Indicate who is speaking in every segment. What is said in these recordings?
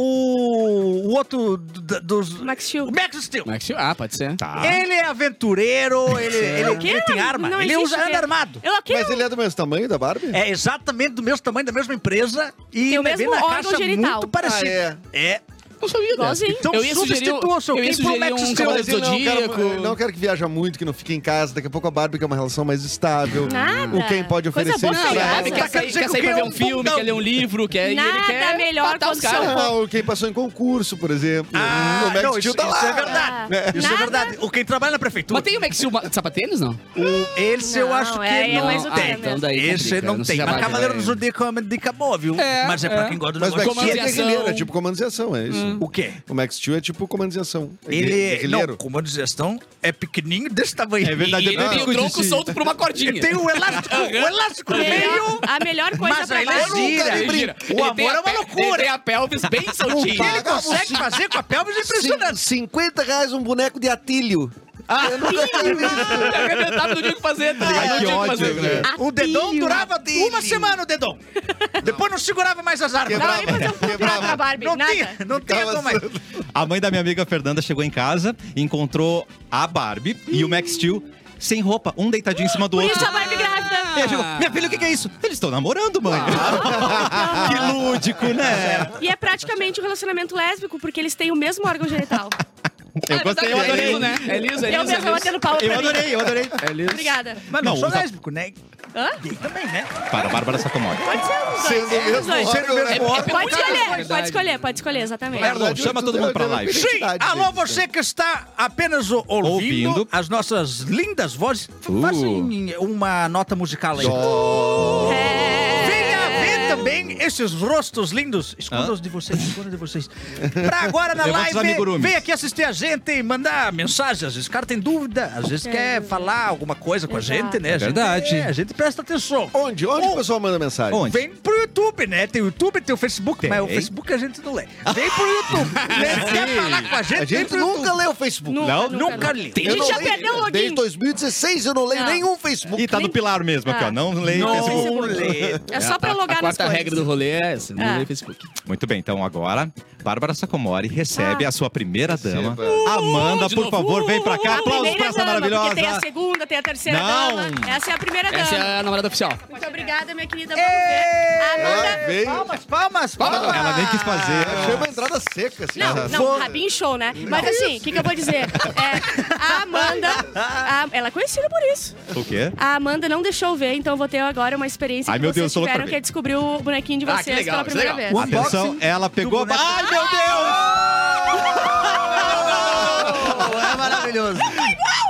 Speaker 1: o outro d- dos.
Speaker 2: Max Steel.
Speaker 1: O Max Steel.
Speaker 3: Como é que se- Ah, pode ser.
Speaker 4: Tá.
Speaker 1: Ele é aventureiro, ele, ele, é
Speaker 2: quê?
Speaker 1: ele tem arma,
Speaker 2: Não
Speaker 1: ele
Speaker 2: existe
Speaker 1: usa
Speaker 2: o quê?
Speaker 1: anda armado.
Speaker 2: Eu aqui
Speaker 5: Mas ele é do mesmo tamanho da Barbie?
Speaker 1: É exatamente do mesmo tamanho, da mesma empresa e
Speaker 2: Tem o
Speaker 1: é bem
Speaker 2: mesmo
Speaker 1: na
Speaker 2: órgão
Speaker 1: caixa
Speaker 2: genital.
Speaker 1: muito parecida. é.
Speaker 3: Não sabia dessa.
Speaker 2: Igualzinho.
Speaker 1: Então
Speaker 3: eu ia sugerir, um-
Speaker 1: substitua seu
Speaker 3: eu ia
Speaker 1: Ken por
Speaker 3: sugerir
Speaker 1: Max
Speaker 3: um
Speaker 1: Steel.
Speaker 3: Cavaleiro
Speaker 5: Mas ele não,
Speaker 3: Zodíaco.
Speaker 5: quero- ele não quero que viaja muito, que não fique em casa. Daqui a pouco a Barbie, que é uma relação mais estável.
Speaker 2: Nada.
Speaker 5: O Ken pode
Speaker 2: Coisa
Speaker 5: oferecer
Speaker 2: boa
Speaker 3: Não,
Speaker 2: Sei
Speaker 3: a
Speaker 2: lá,
Speaker 3: Barbie
Speaker 2: tá
Speaker 3: quer
Speaker 1: querendo
Speaker 3: sair,
Speaker 1: dizer
Speaker 3: quer
Speaker 1: que
Speaker 3: sair
Speaker 1: eu
Speaker 3: pra ver
Speaker 1: quero
Speaker 3: um
Speaker 1: um
Speaker 3: filme,
Speaker 1: bundão.
Speaker 3: quer ler um livro, quer... e ele
Speaker 2: Nada
Speaker 3: quer
Speaker 2: melhor
Speaker 3: matar os
Speaker 2: quando
Speaker 3: caras.
Speaker 2: são-
Speaker 5: Ah, o Ken passou em concurso, por exemplo.
Speaker 1: Ah,
Speaker 5: o Max
Speaker 1: não,
Speaker 5: Steel
Speaker 1: isso,
Speaker 5: tá
Speaker 1: isso
Speaker 5: lá.
Speaker 1: é verdade.
Speaker 2: Ah.
Speaker 1: Isso é
Speaker 2: Nada.
Speaker 1: verdade. O quem trabalha na prefeitura.
Speaker 3: Mas tem o Max Steel de sapatênis, não?
Speaker 1: O, esse eu
Speaker 2: Não,
Speaker 1: acho que
Speaker 2: é- é
Speaker 1: não
Speaker 2: mais o
Speaker 1: tem.
Speaker 2: tema.
Speaker 3: Então daí
Speaker 1: esse
Speaker 3: complica,
Speaker 1: não,
Speaker 3: não sei
Speaker 1: tem.
Speaker 3: se
Speaker 1: Mas
Speaker 3: vai,
Speaker 1: Cavaleiro
Speaker 3: vai.
Speaker 1: do Zodíaco é uma dica boa, viu?
Speaker 3: É,
Speaker 1: mas é, pra
Speaker 3: é.
Speaker 1: quem gosta do
Speaker 5: Mas o Max
Speaker 1: negócio.
Speaker 5: Steel é
Speaker 3: Comandização.
Speaker 5: guerrilheiro, é tipo comandização, é isso.
Speaker 1: O quê?
Speaker 5: O Max Steel é tipo comandização. É
Speaker 1: Hum. Ele,
Speaker 5: guerrilheiro.
Speaker 1: não, como digestão, é pequenininho desse tamanho.
Speaker 4: É verdade,
Speaker 3: E ele
Speaker 4: não.
Speaker 3: tem o tronco solto por uma
Speaker 1: Ele
Speaker 3: cordinha.
Speaker 1: tem o elástico, o elástico
Speaker 2: É.
Speaker 1: no meio.
Speaker 2: a melhor coisa
Speaker 1: Mas
Speaker 2: pra
Speaker 1: aí ele
Speaker 2: baixo.
Speaker 1: gira.
Speaker 3: Ele gira.
Speaker 1: O
Speaker 3: Ele
Speaker 1: amor
Speaker 3: tem a
Speaker 1: é uma
Speaker 3: pe-
Speaker 1: loucura.
Speaker 3: Ele tem a pelvis bem soltinha.
Speaker 1: Ele consegue fazer com a pelvis impressionante.
Speaker 5: 50 reais um boneco de atilho. Ah, eu nunca tinha visto.
Speaker 3: Ele arrebentava, não tinha o que fazer, tá ligado?
Speaker 4: Ai,
Speaker 3: Não
Speaker 4: que
Speaker 3: tinha o que
Speaker 4: ódio,
Speaker 3: fazer.
Speaker 4: né?
Speaker 1: O dedão durava uma semana o dedão. Depois não segurava mais as armas.
Speaker 2: Não, aí fazer um compilado pra Barbie.
Speaker 1: Não
Speaker 2: nada.
Speaker 1: tinha, não tinha
Speaker 5: Ficava
Speaker 1: como mais.
Speaker 4: A mãe da minha amiga Fernanda chegou em casa, encontrou a Barbie e o Max Steel sem roupa, um deitadinho em cima do
Speaker 2: Por
Speaker 4: outro.
Speaker 2: isso a Barbie grávida.
Speaker 4: E ela chegou, minha filha, o que que é isso? Eles estão namorando, mãe. que lúdico, né?
Speaker 2: E é praticamente um relacionamento lésbico, porque eles têm o mesmo órgão genital.
Speaker 4: Eu gostei, eu
Speaker 3: É
Speaker 4: adorei.
Speaker 3: liso, né? É liso, é
Speaker 2: eu
Speaker 3: liso. é
Speaker 2: mesma
Speaker 3: liso.
Speaker 2: batendo palma
Speaker 4: Eu
Speaker 2: pra mim.
Speaker 4: adorei, eu adorei.
Speaker 2: Obrigada.
Speaker 1: Mas não,
Speaker 4: Não,
Speaker 1: sou
Speaker 4: usa-
Speaker 1: lésbico, né?
Speaker 2: Hã?
Speaker 1: Gay também, né?
Speaker 4: Para a Bárbara Sacomori.
Speaker 2: Pode ser os dois.
Speaker 5: Sendo o
Speaker 2: É, os
Speaker 5: mesmo
Speaker 2: dois.
Speaker 5: órgão,
Speaker 1: Sendo o mesmo
Speaker 5: né?
Speaker 1: órgão.
Speaker 2: Pode escolher,
Speaker 3: Verdade.
Speaker 2: pode escolher, pode escolher, exatamente.
Speaker 4: Merda. Erlon, chama todo mundo pra live.
Speaker 1: Sim, alô
Speaker 2: né?
Speaker 1: você que está apenas o- ouvindo,
Speaker 4: Ouvindo. Uh.
Speaker 1: as nossas lindas vozes. F- Faça em- uma nota musical aí.
Speaker 5: Oh,
Speaker 2: É.
Speaker 1: Venha a vida Também esses rostos lindos, escondam os de vocês, escondam de vocês. Pra agora na
Speaker 4: Levanta os
Speaker 1: live,
Speaker 4: amigurumis.
Speaker 1: vem aqui assistir a gente e mandar mensagem. Às vezes o cara tem dúvida, às vezes quer falar alguma coisa com a
Speaker 2: Exato.
Speaker 1: gente, né? A
Speaker 4: É
Speaker 1: gente-
Speaker 4: verdade.
Speaker 1: é, a gente presta atenção.
Speaker 5: Onde? Onde o pessoal manda mensagem?
Speaker 4: Onde?
Speaker 1: Vem pro YouTube, né? Tem o YouTube, tem o Facebook,
Speaker 4: Tem.
Speaker 1: mas o Facebook a gente não lê. Vem pro YouTube. né? Quer falar com a gente?
Speaker 5: A
Speaker 1: vem
Speaker 5: gente
Speaker 1: pro
Speaker 5: nunca
Speaker 1: YouTube.
Speaker 5: lê o Facebook.
Speaker 2: Nunca,
Speaker 4: Não,
Speaker 2: nunca,
Speaker 1: nunca
Speaker 2: nunca.
Speaker 1: li.
Speaker 2: A
Speaker 5: Eu
Speaker 2: gente
Speaker 5: não
Speaker 2: já
Speaker 5: leio.
Speaker 2: perdeu o
Speaker 5: Desde
Speaker 2: login.
Speaker 5: 2016 eu não leio
Speaker 2: Não.
Speaker 5: nenhum Facebook.
Speaker 4: E tá no pilar mesmo
Speaker 2: Ah.
Speaker 4: aqui, ó. Não leia Facebook.
Speaker 1: Não lê.
Speaker 2: É só pra
Speaker 3: A
Speaker 2: logar nas
Speaker 3: quarta
Speaker 2: coisas.
Speaker 3: regra do rolê é essa, não
Speaker 2: Ah.
Speaker 3: lê Facebook.
Speaker 4: Muito bem, então agora, Bárbara Sacomori recebe
Speaker 2: Ah. Uh,
Speaker 4: a sua primeira dama.
Speaker 5: Receba.
Speaker 4: Amanda,
Speaker 3: de
Speaker 4: por
Speaker 3: novo.
Speaker 4: favor, vem pra
Speaker 2: A
Speaker 4: cá. Aplausos pra
Speaker 2: Uh, primeira
Speaker 4: essa
Speaker 2: dama,
Speaker 4: maravilhosa.
Speaker 2: Porque tem assim- a segunda, tem a terceira
Speaker 4: Não.
Speaker 2: dama. Essa é a primeira dama.
Speaker 3: Essa é a namorada oficial.
Speaker 2: Muito obrigada, minha querida. Vamos ver.
Speaker 5: Ela
Speaker 2: Amanda...
Speaker 5: veio.
Speaker 1: Palmas, palmas, palmas.
Speaker 4: Ela
Speaker 2: Ah.
Speaker 4: nem quis fazer.
Speaker 5: Eu achei uma entrada seca, assim.
Speaker 2: Não,
Speaker 5: essa-
Speaker 2: não, Rabin show, né? Mas assim, o que, que eu vou dizer? É, a Amanda, a- ela é conhecida por isso.
Speaker 4: O quê?
Speaker 2: A Amanda não deixou eu ver, então eu vou ter agora uma experiência
Speaker 4: Ai,
Speaker 2: que
Speaker 4: meu
Speaker 2: vocês
Speaker 4: Deus, sou louco
Speaker 2: tiveram,
Speaker 4: pra
Speaker 2: que
Speaker 4: ver.
Speaker 2: é descobrir o bonequinho de
Speaker 3: Ah, que
Speaker 2: vocês
Speaker 3: legal,
Speaker 2: pela
Speaker 3: isso é legal.
Speaker 2: primeira vez.
Speaker 1: Uma- Unboxing
Speaker 4: Atenção, ela pegou.
Speaker 1: boneco.
Speaker 4: Ai, meu Deus!
Speaker 1: É maravilhoso.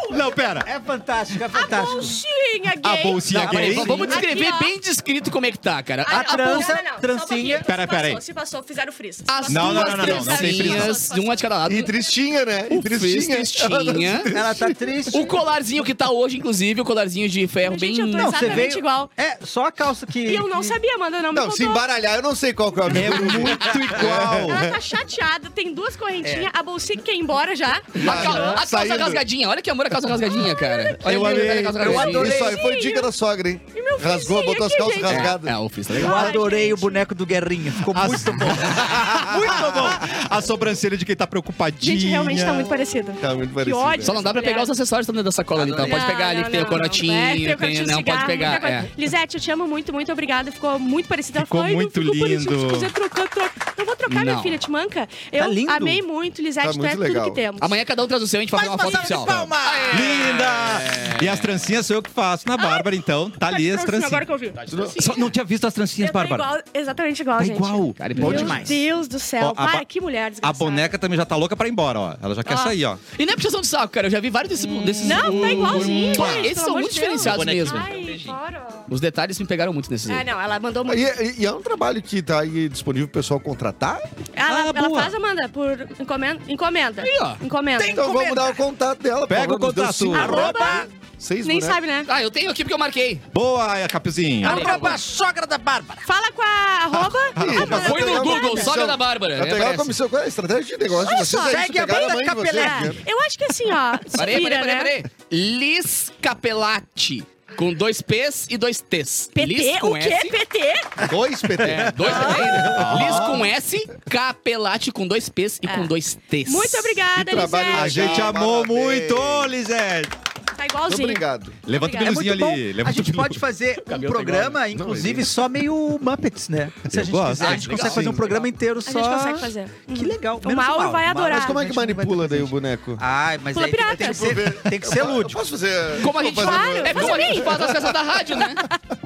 Speaker 4: Não, pera.
Speaker 1: É fantástico, é fantástico.
Speaker 2: Bolsinha
Speaker 4: A
Speaker 2: gay.
Speaker 4: bolsinha
Speaker 3: Não, peraí,
Speaker 4: gay.
Speaker 3: vamos descrever
Speaker 2: Aqui, ó.
Speaker 3: bem descrito como é que tá, cara.
Speaker 1: A
Speaker 2: Ah, não,
Speaker 1: trança,
Speaker 2: não, não, não, só um
Speaker 1: trancinha.
Speaker 2: pouquinho.
Speaker 4: Pera,
Speaker 2: Se
Speaker 4: pera aí.
Speaker 2: passou, Se passou, fizeram frizz.
Speaker 3: As
Speaker 4: Não, não,
Speaker 3: duas
Speaker 4: não, não, não, não tem frizz, não.
Speaker 3: trancinhas de uma de cada lado.
Speaker 5: E tristinha, né? E
Speaker 3: O frizz, tristinha.
Speaker 1: Ela tá triste.
Speaker 3: O colarzinho que tá hoje, inclusive, o colarzinho de ferro bem...
Speaker 2: Gente, eu tô
Speaker 1: Não, você
Speaker 2: exatamente
Speaker 1: veio...
Speaker 2: igual.
Speaker 1: É, só a calça que...
Speaker 2: E eu não sabia, Amanda não me
Speaker 5: Não, se
Speaker 2: contou.
Speaker 5: embaralhar, eu não sei qual que é
Speaker 4: É
Speaker 5: o amigo.
Speaker 4: muito igual.
Speaker 2: Ela tá chateada, tem duas correntinhas, a bolsinha que quer ir embora já.
Speaker 3: A, cal- a calça
Speaker 5: Saindo.
Speaker 3: rasgadinha, olha que amor a calça rasgadinha, cara. Olha
Speaker 4: Eu
Speaker 3: que amor a
Speaker 4: amei,
Speaker 3: calça
Speaker 4: eu
Speaker 3: rasgadinha.
Speaker 1: adorei.
Speaker 5: Isso aí foi dica da sogra, hein?
Speaker 2: E meu
Speaker 5: Rasgou,
Speaker 2: vizinho
Speaker 5: botou as
Speaker 2: aqui,
Speaker 5: calças
Speaker 2: gente.
Speaker 5: rasgadas.
Speaker 3: É, o frizz tá legal.
Speaker 1: Eu
Speaker 2: Ai,
Speaker 1: adorei
Speaker 2: gente.
Speaker 1: o boneco do Guerrinha. Ficou
Speaker 4: As-
Speaker 1: muito bom.
Speaker 4: Muito bom. A sobrancelha de quem tá preocupadinha.
Speaker 2: Gente, realmente tá muito parecida.
Speaker 5: Tá muito parecido.
Speaker 2: ódio.
Speaker 3: Só não dá pra pegar os acessórios também da sacola
Speaker 2: Ah,
Speaker 3: ali, então. Pode pegar ali que tem o corotinho,
Speaker 2: É, tem o
Speaker 3: tem-
Speaker 2: corotinho de
Speaker 3: não, pode
Speaker 2: cigarro,
Speaker 3: pegar.
Speaker 2: muita coisa.
Speaker 3: é.
Speaker 2: Lisete, eu te amo muito, muito obrigada. Ficou muito parecida. Ela
Speaker 4: Ficou
Speaker 2: falou, "Ai, não
Speaker 4: muito
Speaker 2: ficou parecido,
Speaker 4: lindo."
Speaker 2: se quiser trocar, troca. Eu vou trocar, minha
Speaker 3: Não.
Speaker 2: filha, te manca. Eu
Speaker 1: Tá lindo.
Speaker 2: amei muito, Lisete,
Speaker 5: Tá
Speaker 2: tu
Speaker 5: muito
Speaker 2: é
Speaker 5: legal.
Speaker 2: tudo que temos.
Speaker 3: Amanhã cada um traz o seu e a gente faz uma foto oficial.
Speaker 4: Linda! E as trancinhas sou eu que faço. Na Bárbara, então, tá ali as trancinhas.
Speaker 2: Agora É. que eu vi.
Speaker 4: Só não tinha visto as trancinhas,
Speaker 2: Eu tô
Speaker 4: Bárbara.
Speaker 2: igual, exatamente igual,
Speaker 4: Tá
Speaker 2: gente.
Speaker 4: igual.
Speaker 3: Cara, é
Speaker 4: Bom
Speaker 3: bom
Speaker 2: Meu
Speaker 4: demais.
Speaker 1: demais.
Speaker 2: Deus do
Speaker 4: Ó,
Speaker 2: céu.
Speaker 4: a
Speaker 2: Para,
Speaker 4: ba-
Speaker 2: que mulher
Speaker 4: A
Speaker 2: desgraçada.
Speaker 4: boneca também já tá louca pra ir embora, ó. Ela já quer
Speaker 2: Ó.
Speaker 4: sair, ó.
Speaker 3: E não é puxação de saco, cara. Eu já vi vários desse- desses.
Speaker 2: Não, tá igualzinho.
Speaker 3: Pô,
Speaker 2: gente,
Speaker 3: esses
Speaker 2: pelo
Speaker 3: são
Speaker 2: amor
Speaker 3: muito
Speaker 2: de Deus.
Speaker 3: diferenciados mesmo.
Speaker 2: Ai, fora.
Speaker 3: Os detalhes me pegaram muito nesses.
Speaker 2: Ah,
Speaker 3: aí.
Speaker 2: não, ela mandou muito.
Speaker 5: E, e- e é um trabalho que tá aí disponível pro pessoal contratar?
Speaker 2: Ela,
Speaker 4: Ah,
Speaker 2: ela
Speaker 4: boa.
Speaker 2: faz, Amanda, por encomenda. Encomenda.
Speaker 3: Aí, ó.
Speaker 2: Encomenda.
Speaker 1: Tem-
Speaker 5: Então vamos
Speaker 1: Encomenda.
Speaker 5: dar o contato dela. por
Speaker 4: Pega
Speaker 5: favor,
Speaker 4: o
Speaker 5: nos deu
Speaker 4: contato.
Speaker 5: cinco.
Speaker 2: Arroba.
Speaker 5: Seis
Speaker 2: Nem
Speaker 5: bonecos.
Speaker 2: sabe, né?
Speaker 3: Ah, eu tenho aqui porque eu marquei.
Speaker 4: Boa, Capuzinho.
Speaker 2: Arroba.
Speaker 1: Arroba a sogra da Bárbara.
Speaker 2: Fala com a arroba. Ah, Amanda.
Speaker 3: Foi no
Speaker 5: pegar uma
Speaker 3: Google,
Speaker 5: comissão.
Speaker 3: sogra da Bárbara.
Speaker 5: Vai
Speaker 3: É,
Speaker 5: pegar a
Speaker 3: parece.
Speaker 5: comissão com a estratégia de negócio de vocês.
Speaker 1: só,
Speaker 5: é isso,
Speaker 1: segue a
Speaker 5: pegaram
Speaker 1: banda
Speaker 5: mãe de vocês,
Speaker 1: Capelé.
Speaker 5: né?
Speaker 2: Eu acho que assim, ó. se
Speaker 3: Parei,
Speaker 2: vira,
Speaker 3: parei, parei,
Speaker 2: né?
Speaker 3: parei. Liz Capelati. Com dois P's e dois T's. Liz
Speaker 2: PT?
Speaker 3: com
Speaker 2: O quê?
Speaker 3: S.
Speaker 2: PT?
Speaker 5: Dois PT.
Speaker 3: É, dois P's. ainda. Liz com S, Capelati com dois P's e
Speaker 2: É.
Speaker 3: com dois T's.
Speaker 2: Muito obrigada,
Speaker 5: Que trabalho
Speaker 4: A
Speaker 2: Lisete.
Speaker 4: gente amou
Speaker 5: Parabéns.
Speaker 4: muito, Lisete.
Speaker 2: Tá
Speaker 5: Muito
Speaker 2: igualzinho.
Speaker 5: Obrigado.
Speaker 4: Levanta o
Speaker 2: Obrigada.
Speaker 4: biluzinho
Speaker 1: Muito bom.
Speaker 4: ali. Levanta
Speaker 1: A
Speaker 4: o
Speaker 1: gente
Speaker 4: bilu.
Speaker 1: pode fazer um
Speaker 3: cabelo tá
Speaker 1: programa,
Speaker 5: igual.
Speaker 1: inclusive,
Speaker 5: Não,
Speaker 1: só meio Muppets, né? Se
Speaker 4: Eu
Speaker 1: a gente
Speaker 4: gosto.
Speaker 1: quiser,
Speaker 4: Ah,
Speaker 1: a gente
Speaker 3: legal.
Speaker 1: consegue fazer um
Speaker 3: Sim.
Speaker 1: programa inteiro só.
Speaker 2: A gente consegue fazer. Uhum.
Speaker 1: Que legal.
Speaker 2: O
Speaker 1: menos
Speaker 2: Mauro vai
Speaker 1: O
Speaker 2: adorar.
Speaker 5: Mas como é que
Speaker 1: a gente não vai
Speaker 5: manipula
Speaker 1: ter
Speaker 5: daí o
Speaker 1: presente.
Speaker 5: boneco?
Speaker 1: Ai, mas
Speaker 2: Pula
Speaker 1: aí tem- tem
Speaker 2: pirata.
Speaker 1: que ser, tem que ser
Speaker 5: Ah, Eu
Speaker 1: lúdico.
Speaker 5: posso fazer...
Speaker 3: Como a gente
Speaker 5: vou fazer
Speaker 3: faz.
Speaker 5: no-
Speaker 3: É como a gente faz as festas da rádio, né?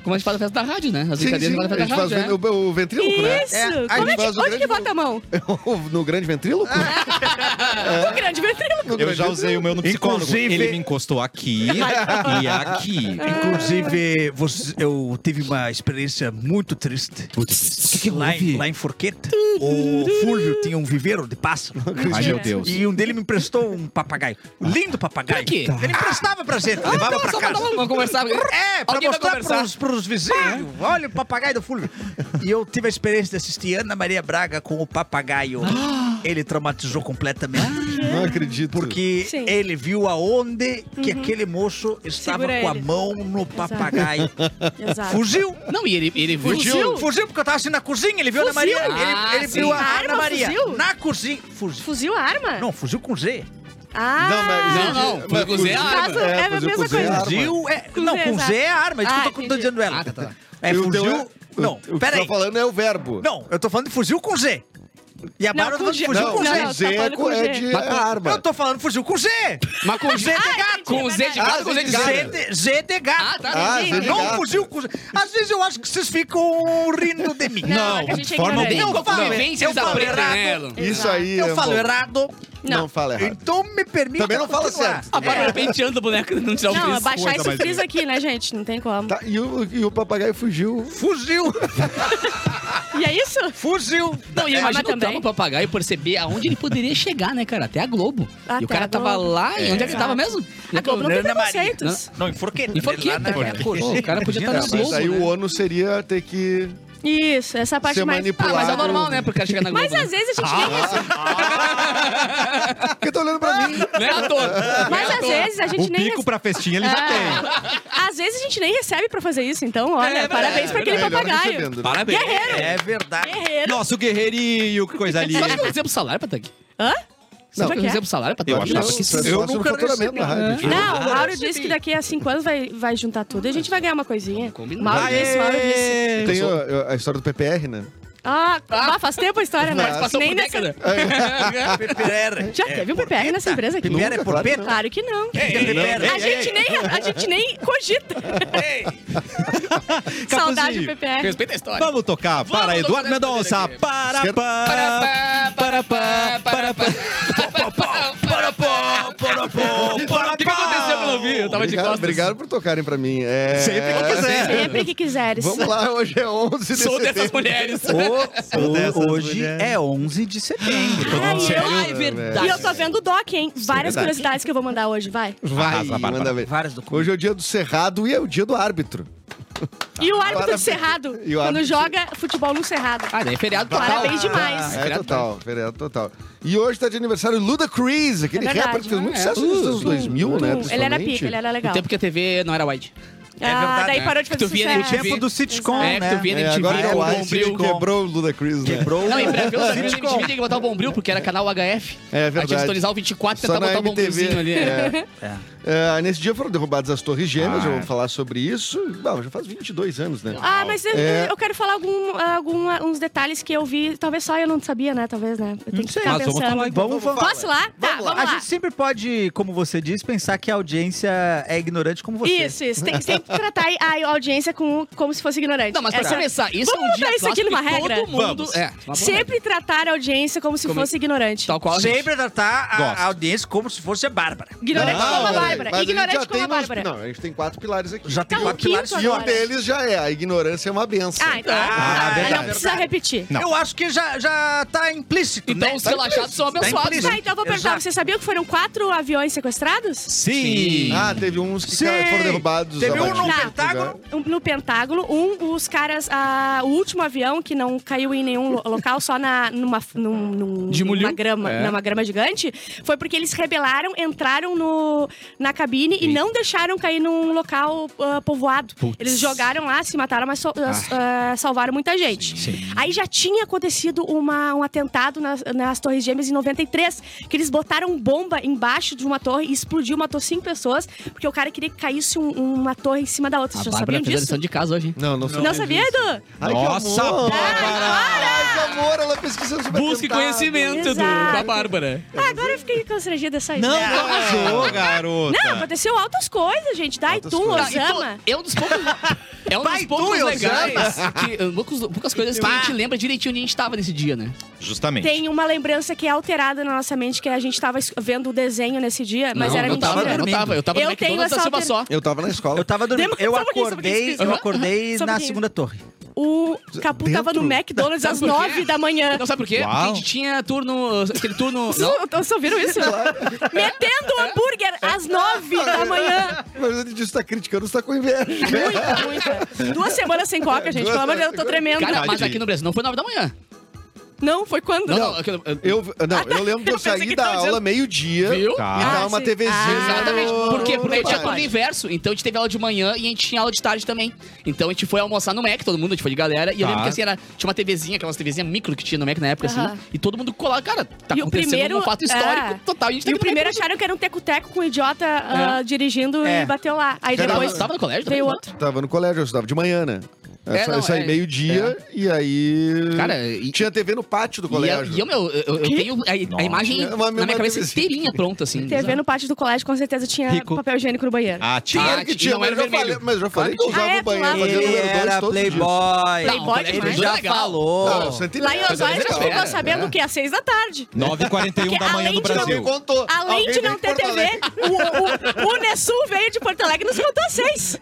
Speaker 3: Como a gente faz a festa da rádio, né? As
Speaker 5: Sim,
Speaker 3: brincadeiras a
Speaker 5: sim.
Speaker 3: gente
Speaker 5: A
Speaker 3: faz
Speaker 5: gente
Speaker 3: a
Speaker 5: faz
Speaker 3: festa da rádio.
Speaker 5: o, o ventríloco, né?
Speaker 2: Isso!
Speaker 1: É, a
Speaker 2: Como é
Speaker 5: gente
Speaker 2: que,
Speaker 5: faz o
Speaker 2: onde
Speaker 5: grande
Speaker 2: que bota a mão? Ah.
Speaker 5: no grande ventríloco? É.
Speaker 2: O grande ventríloco.
Speaker 5: No
Speaker 4: Eu
Speaker 5: grande
Speaker 4: já usei o meu no psicólogo.
Speaker 1: Inclusive-
Speaker 4: Ele me encostou aqui e aqui.
Speaker 2: Ah.
Speaker 1: Inclusive, você- eu tive uma experiência muito triste.
Speaker 4: Putz, o que
Speaker 1: lá, em,
Speaker 4: houve?
Speaker 1: lá em Forqueta, o Fulvio tinha um viveiro de pássaro.
Speaker 4: Ai, meu Deus.
Speaker 1: E um dele me emprestou um papagaio. Um lindo papagaio.
Speaker 3: Pra quê?
Speaker 1: Ele emprestava pra gente, levava pra
Speaker 3: Só
Speaker 1: casa.
Speaker 3: pra dar uma conversar.
Speaker 1: É, pra
Speaker 3: Alguém vai
Speaker 1: mostrar
Speaker 3: conversar.
Speaker 1: pros, pros vizinhos. Olha o papagaio do Fulvio. E eu tive a experiência de assistir Ana Maria Braga com o papagaio. Ele traumatizou completamente.
Speaker 5: Não acredito.
Speaker 1: Porque
Speaker 2: Sim.
Speaker 1: ele viu aonde que aquele moço estava
Speaker 2: Segura
Speaker 1: com a
Speaker 2: ele.
Speaker 1: mão no papagaio.
Speaker 2: Exato.
Speaker 1: Fugiu.
Speaker 3: Não, e ele, ele viu.
Speaker 1: Fugiu? Fugiu porque eu tava assim na cozinha, ele viu a Ana
Speaker 2: Fuzil?
Speaker 1: Maria.
Speaker 3: Ah,
Speaker 1: ele ele
Speaker 3: sim.
Speaker 1: viu a
Speaker 2: Arma,
Speaker 1: Ana Maria.
Speaker 2: fuzil?
Speaker 1: Na cozinha. Fuzil.
Speaker 2: Fuzil a arma?
Speaker 1: Não, fuzil com Z.
Speaker 2: Ah!
Speaker 5: Não, mas-
Speaker 3: Não, não. Foi com o Zé
Speaker 5: Mas-
Speaker 3: Arma.
Speaker 2: É a
Speaker 5: fazer
Speaker 2: mesma
Speaker 5: com o Zé
Speaker 2: coisa.
Speaker 5: Arma.
Speaker 1: Fuzil é.
Speaker 2: Com
Speaker 1: não,
Speaker 2: Z,
Speaker 1: com
Speaker 2: exato.
Speaker 1: Z é arma. Isso
Speaker 2: Ah,
Speaker 1: que eu tô- tô,
Speaker 2: entendi.
Speaker 1: dizendo ela.
Speaker 3: Ah, tá, tá.
Speaker 1: É
Speaker 5: E o teu
Speaker 1: fuzil.
Speaker 5: é- o-
Speaker 1: Não,
Speaker 5: o que tu
Speaker 1: peraí.
Speaker 5: tá falando é o verbo.
Speaker 1: Não, eu tô falando de fuzil com Z. E a
Speaker 2: Não,
Speaker 1: Bárbara
Speaker 2: com
Speaker 1: fugiu
Speaker 2: G.
Speaker 1: com
Speaker 2: Não,
Speaker 1: G.
Speaker 2: não. tá falando
Speaker 5: Zeco
Speaker 2: com
Speaker 5: é
Speaker 2: G.
Speaker 5: de é arma.
Speaker 1: Eu tô falando fugiu com G.
Speaker 3: Mas com Z de gato. Com Z de gato, com Z de
Speaker 5: Ah,
Speaker 1: Z
Speaker 3: gato.
Speaker 1: de, Z de gato.
Speaker 3: Ah, tá.
Speaker 5: Ah,
Speaker 3: entendi.
Speaker 5: Z de
Speaker 1: não
Speaker 5: gato.
Speaker 1: fugiu com G. Às vezes eu acho que vocês ficam rindo de mim.
Speaker 4: Não,
Speaker 2: é que a gente é
Speaker 4: de forma
Speaker 2: ignorante.
Speaker 3: Nem
Speaker 1: Não,
Speaker 3: com a
Speaker 1: fala,
Speaker 3: convivência
Speaker 1: eu
Speaker 3: eles
Speaker 1: falo
Speaker 3: aprendem,
Speaker 1: errado.
Speaker 3: né, Elon?
Speaker 5: Isso
Speaker 2: Exato.
Speaker 5: aí é
Speaker 1: Eu
Speaker 5: um
Speaker 1: falo
Speaker 5: bom.
Speaker 1: errado.
Speaker 2: Não.
Speaker 5: Não fala errado.
Speaker 1: Então me permita
Speaker 5: Também não fala
Speaker 1: continuar.
Speaker 5: certo.
Speaker 3: A Bárbara penteando o boneco não
Speaker 5: é
Speaker 3: tirar o
Speaker 2: Não,
Speaker 3: frizz.
Speaker 2: abaixar
Speaker 4: coisa
Speaker 2: esse
Speaker 4: mais
Speaker 2: frizz aqui, né, gente? Não tem como.
Speaker 5: Tá, e, o, e o papagaio fugiu.
Speaker 1: Fugiu,
Speaker 2: E é isso?
Speaker 1: fugiu.
Speaker 3: Não, e
Speaker 2: É,
Speaker 3: imagina o
Speaker 2: mas
Speaker 3: Tropa
Speaker 2: também-
Speaker 3: Papagaio perceber aonde ele poderia chegar, né, cara? Até a Globo. e
Speaker 2: Até
Speaker 3: o cara
Speaker 2: a
Speaker 3: tava
Speaker 2: Globo.
Speaker 3: lá, e onde é que ele tava
Speaker 2: Exato.
Speaker 3: mesmo?
Speaker 2: A Globo não tem
Speaker 1: Ana Maria.
Speaker 2: preconceitos.
Speaker 5: né?
Speaker 1: Não, em Forqueta.
Speaker 3: E foi que,
Speaker 1: Lá na-
Speaker 3: cara? Pô, o cara podia estar
Speaker 5: É,
Speaker 3: na
Speaker 5: mas
Speaker 3: Globo,
Speaker 5: aí
Speaker 3: né?
Speaker 5: o ônus seria ter que.
Speaker 2: Isso, essa parte
Speaker 5: Ser
Speaker 2: mais...
Speaker 5: manipulado.
Speaker 3: Ah, mas é
Speaker 5: lado-
Speaker 3: normal, né, pro cara chegar na Globo.
Speaker 2: Mas às vezes a gente nem
Speaker 5: Por que tá olhando
Speaker 2: Ah.
Speaker 5: pra mim?
Speaker 3: Não é ator. Não é
Speaker 2: Mas às
Speaker 3: ator.
Speaker 2: vezes a gente
Speaker 4: O
Speaker 2: nem
Speaker 4: pico pra festinha ele já tem.
Speaker 2: É. Às vezes a gente nem recebe pra fazer isso, então, olha,
Speaker 3: É, é
Speaker 2: parabéns pra aquele
Speaker 5: É, ele anda
Speaker 2: papagaio.
Speaker 5: recebendo, né?
Speaker 3: Parabéns.
Speaker 2: Guerreiro.
Speaker 1: É verdade.
Speaker 2: Guerreiro.
Speaker 4: Nosso guerreirinho, que coisa
Speaker 3: Sabe que
Speaker 4: linda.
Speaker 3: eu recebo salário pra estar aqui?
Speaker 2: Hã?
Speaker 3: Sabe
Speaker 2: Não.
Speaker 3: que eu recebo salário pra estar
Speaker 5: Eu
Speaker 3: aqui?
Speaker 5: acho
Speaker 3: Nossa, que
Speaker 5: que
Speaker 3: susto.
Speaker 5: eu
Speaker 1: eu
Speaker 5: nunca
Speaker 1: nunca
Speaker 5: faturamento na
Speaker 1: recebi,
Speaker 5: rádio.
Speaker 2: Não, o Mauro
Speaker 1: eu
Speaker 2: disse que
Speaker 1: recebi.
Speaker 2: daqui a cinco anos vai, vai juntar tudo e a gente vai ganhar uma coisinha.
Speaker 3: combinar.
Speaker 2: Mauro disse, Mauro disse.
Speaker 4: Aê!
Speaker 5: Tem a, a história do PPR, né?
Speaker 2: Ah, bah, faz tempo a história, né?
Speaker 3: Participação
Speaker 2: Nem
Speaker 3: por
Speaker 2: nessa...
Speaker 3: década.
Speaker 1: Pipirera.
Speaker 2: Já teve um PPR nessa empresa aqui?
Speaker 1: Pipirera é
Speaker 5: Nunca, claro que
Speaker 1: porpeta?
Speaker 2: Claro que não.
Speaker 1: Pipirera.
Speaker 2: A gente, nem, a gente nem cogita. Saudade do PPR.
Speaker 3: Respeita a história.
Speaker 4: Vamos tocar
Speaker 3: Vamos
Speaker 4: para
Speaker 3: tocar
Speaker 4: Eduardo
Speaker 3: nessa
Speaker 4: Mendonça.
Speaker 3: cadeira aqui.
Speaker 4: Para,
Speaker 5: Esquerda.
Speaker 4: para,
Speaker 3: Parapá, parapá, parapá, parapá, parapá. O que que aconteceu que eu não vi? Eu tava de
Speaker 5: Obrigado,
Speaker 3: costas.
Speaker 5: obrigado por tocarem pra mim. É...
Speaker 4: Sempre que quiser.
Speaker 2: Sempre que quiseres.
Speaker 5: Vamos lá, hoje é 11 de
Speaker 3: Sou
Speaker 5: setembro.
Speaker 3: dessas mulheres.
Speaker 4: dessas
Speaker 1: Hoje
Speaker 4: mulheres.
Speaker 1: é 11 de setembro.
Speaker 2: Ai, eu-
Speaker 3: Ah, é verdade.
Speaker 2: né? E eu tô vendo o Doc, hein? Várias curiosidades que eu vou mandar hoje, vai.
Speaker 5: Vai,
Speaker 4: Arrasa, Bárbara.
Speaker 5: manda ver.
Speaker 1: Vários documentos.
Speaker 5: Hoje é o dia do Cerrado e é o dia do árbitro.
Speaker 2: E o árbitro
Speaker 5: Parabéns.
Speaker 2: de Cerrado,
Speaker 5: E o
Speaker 2: quando
Speaker 5: árbitro-
Speaker 2: joga futebol no Cerrado.
Speaker 3: Ah, daí é feriado total.
Speaker 2: Parabéns
Speaker 3: Ah,
Speaker 2: demais.
Speaker 5: É total, feriado total. E hoje tá de aniversário Luda Crease, aquele
Speaker 2: É verdade,
Speaker 5: rapper que fez
Speaker 2: né?
Speaker 5: muito
Speaker 3: É.
Speaker 5: sucesso nos anos 2000, né?
Speaker 2: Ele era
Speaker 5: principalmente.
Speaker 2: pica, ele era
Speaker 3: O
Speaker 2: é legal.
Speaker 3: tempo que a TV não era wide.
Speaker 2: ah,
Speaker 1: verdade,
Speaker 2: daí
Speaker 1: né?
Speaker 2: parou de
Speaker 3: Que
Speaker 2: fazer
Speaker 3: tu via no
Speaker 2: sucesso.
Speaker 3: tempo
Speaker 1: do sitcom,
Speaker 3: É, que tu
Speaker 1: né?
Speaker 3: via na
Speaker 5: É, agora
Speaker 3: MTV
Speaker 5: é
Speaker 3: com
Speaker 5: o
Speaker 3: o
Speaker 5: Ice
Speaker 3: bombril.
Speaker 5: quebrou o Luda Crease, né?
Speaker 1: Quebrou.
Speaker 3: Não, e pra ver o da
Speaker 1: Sitcom.
Speaker 3: MTV tinha que botar o bombril, porque era canal HF.
Speaker 5: É
Speaker 3: Aí tinha que
Speaker 5: verdade.
Speaker 3: sintonizar o 24 e
Speaker 5: Só
Speaker 3: tentar
Speaker 5: na
Speaker 3: botar o
Speaker 5: MTV.
Speaker 3: bombriozinho ali.
Speaker 5: É.
Speaker 1: É. Ah,
Speaker 5: É, nesse dia foram derrubadas as Torres Gêmeas, já vamos falar sobre isso. Bom, já faz 22 anos, né?
Speaker 2: Ah, mas eu,
Speaker 5: É.
Speaker 2: eu quero falar algum, algum, uns detalhes que eu vi, talvez só eu não sabia, né? Talvez, né? Eu tenho que ficar
Speaker 4: Mas vamos falar
Speaker 2: pensando.
Speaker 4: então.
Speaker 1: Vamos, vamos.
Speaker 2: Posso ir lá? Tá,
Speaker 1: Vamos lá. A
Speaker 2: vamos lá.
Speaker 1: gente sempre pode, como você diz, pensar que a audiência é ignorante como você.
Speaker 2: Isso, isso. Tem, tem que tratar a audiência com, como se fosse ignorante.
Speaker 3: Não, Então, mas pra
Speaker 2: Essa-
Speaker 3: começar, isso
Speaker 2: Vamos
Speaker 3: é um dia
Speaker 2: botar isso aqui
Speaker 3: clássico
Speaker 2: numa
Speaker 3: que
Speaker 2: regra?
Speaker 3: todo mundo...
Speaker 4: Vamos.
Speaker 3: É, uma boa regra.
Speaker 2: Sempre tratar a audiência como se
Speaker 3: Como-
Speaker 2: fosse ignorante.
Speaker 3: Tal qual a gente.
Speaker 1: Sempre tratar a-
Speaker 4: Gosto.
Speaker 1: a audiência como se fosse a Bárbara.
Speaker 2: Ignorante
Speaker 5: Não,
Speaker 2: como a
Speaker 5: peraí, mas
Speaker 2: Bárbara.
Speaker 5: gente
Speaker 2: Ignorante
Speaker 5: já
Speaker 2: como a
Speaker 5: tem uns-
Speaker 2: Bárbara.
Speaker 5: Não, a gente tem quatro pilares aqui.
Speaker 1: Já tem
Speaker 2: Tá no
Speaker 1: quatro pilares.
Speaker 2: quinto
Speaker 5: E um
Speaker 2: agora.
Speaker 5: deles já é, a ignorância é uma benção.
Speaker 2: Ah, então.
Speaker 1: Ah,
Speaker 2: Ah,
Speaker 1: verdade.
Speaker 2: não precisa repetir.
Speaker 4: Não.
Speaker 1: Eu acho que já, já tá implícito,
Speaker 3: Então
Speaker 1: né?
Speaker 3: os relaxados são
Speaker 1: Tá
Speaker 3: abençoados.
Speaker 1: implícito.
Speaker 2: Tá, então eu vou perguntar.
Speaker 1: Exato.
Speaker 2: Você sabia que foram quatro aviões sequestrados?
Speaker 4: Sim.
Speaker 5: Ah, teve uns que
Speaker 1: Sim.
Speaker 5: cara, foram derrubados.
Speaker 1: Teve um no
Speaker 5: abatidos
Speaker 2: Tá.
Speaker 1: Pentágono.
Speaker 2: Um- No Pentágono, um, os caras. ah, o último avião, que não caiu em nenhum lo- local, só na, numa, num- num-
Speaker 3: Demoliu.
Speaker 2: numa grama,
Speaker 3: É.
Speaker 2: numa grama gigante, foi porque eles rebelaram, entraram no, na cabine e não deixaram cair num local ah, povoado.
Speaker 3: Putz.
Speaker 2: Eles jogaram lá, se mataram, mas sol- ah, salvaram muita gente. Aí já tinha acontecido uma- um atentado nas, nas Torres Gêmeas em 93, que eles botaram bomba embaixo de uma torre e explodiu, matou cinco pessoas, porque o cara queria que caísse um- uma torre em cima da outra.
Speaker 3: A
Speaker 2: Vocês já
Speaker 3: Bárbara
Speaker 2: sabiam
Speaker 3: fez a
Speaker 2: disso?
Speaker 3: lição de casa hoje. hein?
Speaker 5: Não, não,
Speaker 2: Não sabia, Edu?
Speaker 5: Ai,
Speaker 4: Nossa,
Speaker 5: que amor.
Speaker 4: Bárbara!
Speaker 5: Ai, que amor, ela pesquisa sobre
Speaker 3: Busque
Speaker 5: atentado.
Speaker 3: conhecimento do,
Speaker 2: Exato.
Speaker 3: da Bárbara.
Speaker 2: Ah, agora eu fiquei constrangida essa
Speaker 4: Não vazou, garota.
Speaker 2: Não, aconteceu altas coisas, gente. Da
Speaker 5: Altas
Speaker 2: iTunes,
Speaker 5: coisas.
Speaker 2: Osama.
Speaker 3: É um dos poucos. É um dos
Speaker 1: Vai,
Speaker 3: poucos
Speaker 1: tu,
Speaker 3: legais. Que, um, poucos- poucas coisas que a gente lembra direitinho onde a gente tava nesse dia, né?
Speaker 4: Justamente.
Speaker 2: Tem uma lembrança que é alterada na nossa mente, que a gente tava es- vendo o desenho nesse dia, mas
Speaker 3: não,
Speaker 2: era
Speaker 3: eu
Speaker 2: mentira.
Speaker 3: tava, eu não
Speaker 1: dormindo.
Speaker 3: tava. Eu tava
Speaker 2: Eu
Speaker 3: no
Speaker 2: tenho
Speaker 3: McDonald's da
Speaker 2: essa
Speaker 3: Silva
Speaker 2: alter-
Speaker 3: só.
Speaker 5: Eu tava na escola.
Speaker 1: Eu tava dormindo.
Speaker 2: Demo-
Speaker 1: Eu
Speaker 2: só um pouquinho, só um
Speaker 1: acordei,
Speaker 2: pouquinho.
Speaker 1: eu acordei
Speaker 2: Só um
Speaker 1: na
Speaker 2: pouquinho.
Speaker 1: segunda torre.
Speaker 2: O Capu
Speaker 5: Dentro?
Speaker 2: tava no McDonald's às
Speaker 3: Sabe por quê?
Speaker 2: nove da manhã.
Speaker 3: Não, sabe por quê?
Speaker 4: Uau.
Speaker 3: Porque a gente tinha turno. Aquele turno. Não,
Speaker 2: Então, Vocês vocês ouviram isso? Metendo hambúrguer às nove da manhã.
Speaker 5: Mas antes disso, tá criticando, você tá com inveja.
Speaker 2: Muita, muita. Duas semanas sem coca, gente. Pelo amor de Deus, eu tô tremendo.
Speaker 3: cara, mas
Speaker 4: Tadinho.
Speaker 3: aqui no Brasil não foi 9 da manhã.
Speaker 2: Não, foi quando?
Speaker 3: Não, não, aquilo-
Speaker 5: Eu, não, eu lembro de eu
Speaker 2: Eu pensei
Speaker 5: sair
Speaker 2: que
Speaker 5: da
Speaker 2: tava dizendo-
Speaker 5: aula meio-dia
Speaker 3: Viu?
Speaker 5: e
Speaker 4: Tá.
Speaker 5: dar
Speaker 2: Ah,
Speaker 5: uma
Speaker 2: sim.
Speaker 5: TVzinha.
Speaker 2: Ah.
Speaker 3: Exatamente.
Speaker 5: no-
Speaker 3: Por quê? Porque a gente tinha
Speaker 5: no
Speaker 3: tudo
Speaker 5: pátio.
Speaker 3: inverso. Então a gente teve aula de manhã e a gente tinha aula de tarde também. Então a gente foi almoçar no Mac, todo mundo, a gente foi de galera. E eu
Speaker 4: Tá.
Speaker 3: lembro que assim, era, tinha uma TVzinha, aquelas TVzinhas micro que tinha no Mac na época,
Speaker 2: Aham.
Speaker 3: assim. E todo mundo colava. Cara, tá
Speaker 2: E o
Speaker 3: acontecendo
Speaker 2: primeiro-
Speaker 3: um fato histórico
Speaker 2: é.
Speaker 3: total. E a gente tá aqui
Speaker 2: E o
Speaker 3: no Mac
Speaker 2: primeiro
Speaker 3: hoje.
Speaker 2: acharam que era um teco-teco com um idiota ah, dirigindo
Speaker 1: É.
Speaker 2: e bateu lá. Aí
Speaker 5: Cara,
Speaker 2: depois
Speaker 5: mas
Speaker 3: tava no colégio também,
Speaker 2: veio
Speaker 3: não?
Speaker 2: outro.
Speaker 5: Tava no colégio, eu estudava de manhã, né? É,
Speaker 3: É,
Speaker 5: só
Speaker 3: não,
Speaker 5: eu saí
Speaker 3: é-
Speaker 5: meio-dia e aí.
Speaker 3: Cara, e-
Speaker 5: tinha TV no pátio
Speaker 3: E,
Speaker 5: do
Speaker 3: eu-
Speaker 5: colégio.
Speaker 3: e um eu, meu, eu, eu tenho a, a
Speaker 4: Nossa.
Speaker 3: imagem
Speaker 5: Uma-
Speaker 3: na minha
Speaker 5: uma
Speaker 3: cabeça
Speaker 5: TVzinha.
Speaker 3: inteirinha pronta, assim.
Speaker 2: TV no pátio do colégio, com certeza, tinha
Speaker 4: Rico.
Speaker 2: papel higiênico no banheiro.
Speaker 4: Ah, tinha.
Speaker 3: Ah,
Speaker 5: Claro que
Speaker 3: e
Speaker 5: tinha,
Speaker 3: não
Speaker 5: mas
Speaker 3: era
Speaker 5: eu já
Speaker 3: vermelho.
Speaker 5: falei, mas eu já falei que eu
Speaker 3: Claro
Speaker 5: usava
Speaker 2: que
Speaker 5: o banheiro,
Speaker 2: tinha.
Speaker 5: fazia
Speaker 2: Ele
Speaker 1: Ele
Speaker 5: número dois
Speaker 1: era
Speaker 5: todos os dias.
Speaker 1: playboy.
Speaker 3: Não,
Speaker 2: Playboy
Speaker 3: colégio
Speaker 1: ele
Speaker 2: demais.
Speaker 3: muito
Speaker 1: já
Speaker 3: legal.
Speaker 5: Não,
Speaker 1: falou.
Speaker 5: Santa
Speaker 2: Lá em
Speaker 5: Inês.
Speaker 2: Osório, a gente
Speaker 3: Era,
Speaker 5: né?
Speaker 2: ficou sabendo o quê? Às seis da tarde.
Speaker 4: 9h41 da
Speaker 2: Porque
Speaker 4: manhã
Speaker 2: além
Speaker 4: no
Speaker 2: de não-
Speaker 5: Alguém
Speaker 4: Brasil.
Speaker 5: contou.
Speaker 2: Além
Speaker 5: Alguém
Speaker 2: de
Speaker 5: veio
Speaker 2: não ter
Speaker 5: Porto
Speaker 2: TV,
Speaker 5: Alegre.
Speaker 2: o, o, o Nessul veio de Porto Alegre e nos contou às seis.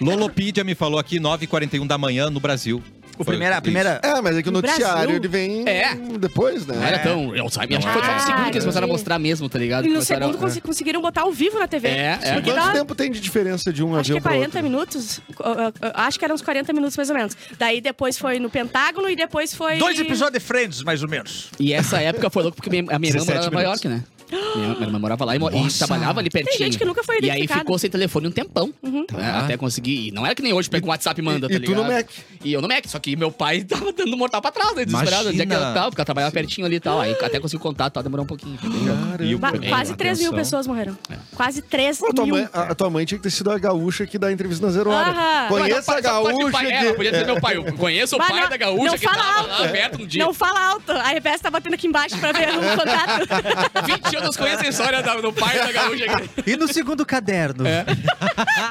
Speaker 4: Lolopídia me falou aqui, 9h41 da manhã no Brasil.
Speaker 1: O
Speaker 4: Foi
Speaker 1: primeira, a
Speaker 4: isso.
Speaker 1: primeira.
Speaker 5: É, mas é que o
Speaker 2: No
Speaker 5: noticiário
Speaker 2: Brasil?
Speaker 5: ele vem
Speaker 3: É.
Speaker 5: depois,
Speaker 3: Não era
Speaker 5: né?
Speaker 3: tão Alzheimer. Acho que foi só no
Speaker 2: Ah,
Speaker 3: segundo que eles começaram a
Speaker 2: sim.
Speaker 3: mostrar mesmo, tá ligado?
Speaker 2: E no
Speaker 3: Começaram-
Speaker 2: segundo consi- conseguiram botar ao vivo na TV.
Speaker 3: É, é.
Speaker 2: Porque
Speaker 5: Quanto
Speaker 2: dá,
Speaker 5: tempo tem de diferença de um
Speaker 2: acho que
Speaker 5: avião
Speaker 2: é
Speaker 5: para
Speaker 2: 40
Speaker 5: outro?
Speaker 2: minutos. Uh, uh, uh, Acho que eram uns 40 minutos, mais ou menos. Daí depois foi no Pentágono e depois foi...
Speaker 1: Dois episódios de Friends, mais ou menos.
Speaker 3: E essa época foi louco porque minha- a minha irmã
Speaker 4: 17
Speaker 3: morava em Nova
Speaker 4: minutos.
Speaker 3: York, né? Minha, minha irmã morava lá e, mo- e trabalhava ali pertinho.
Speaker 2: gente que nunca foi
Speaker 3: E aí
Speaker 2: identificada.
Speaker 3: ficou sem telefone um tempão. tá, Até conseguir. E não era que nem hoje pega um WhatsApp e manda,
Speaker 5: e-
Speaker 3: tá
Speaker 5: e tu
Speaker 3: ligado?
Speaker 5: no Mac.
Speaker 3: E eu no Mac. Só que meu pai tava dando mortal pra trás, né? Desesperado. Onde é que ela
Speaker 4: Imagina.
Speaker 3: tava? Porque ela trabalhava pertinho ali e tal. Aí até consegui contato, tá, demorou um pouquinho. Foi bem louco.
Speaker 4: E o-
Speaker 2: Ba-
Speaker 4: Ei,
Speaker 2: quase 3 mil
Speaker 4: atenção.
Speaker 2: pessoas morreram. Quase 3
Speaker 5: Pô, a, tua
Speaker 2: mil.
Speaker 5: mãe, a, a tua mãe tinha que ter sido a gaúcha que dá entrevista na Zero Hora.
Speaker 2: Aham.
Speaker 5: Conheça
Speaker 3: Mas
Speaker 5: a
Speaker 3: não, parte do
Speaker 5: gaúcha
Speaker 3: pai, é,
Speaker 5: que...
Speaker 3: podia dizer meu pai. Eu conheço o
Speaker 2: Vai,
Speaker 3: pai
Speaker 2: não-
Speaker 3: da gaúcha
Speaker 2: não
Speaker 3: que
Speaker 2: fala
Speaker 3: tava
Speaker 2: alto.
Speaker 3: lá perto um dia.
Speaker 2: Não fala alto. A RBS tá batendo aqui embaixo pra ver o contato.
Speaker 3: 20 anos conheço a história da- do pai da gaúcha. aqui.
Speaker 1: E no segundo caderno.
Speaker 2: É.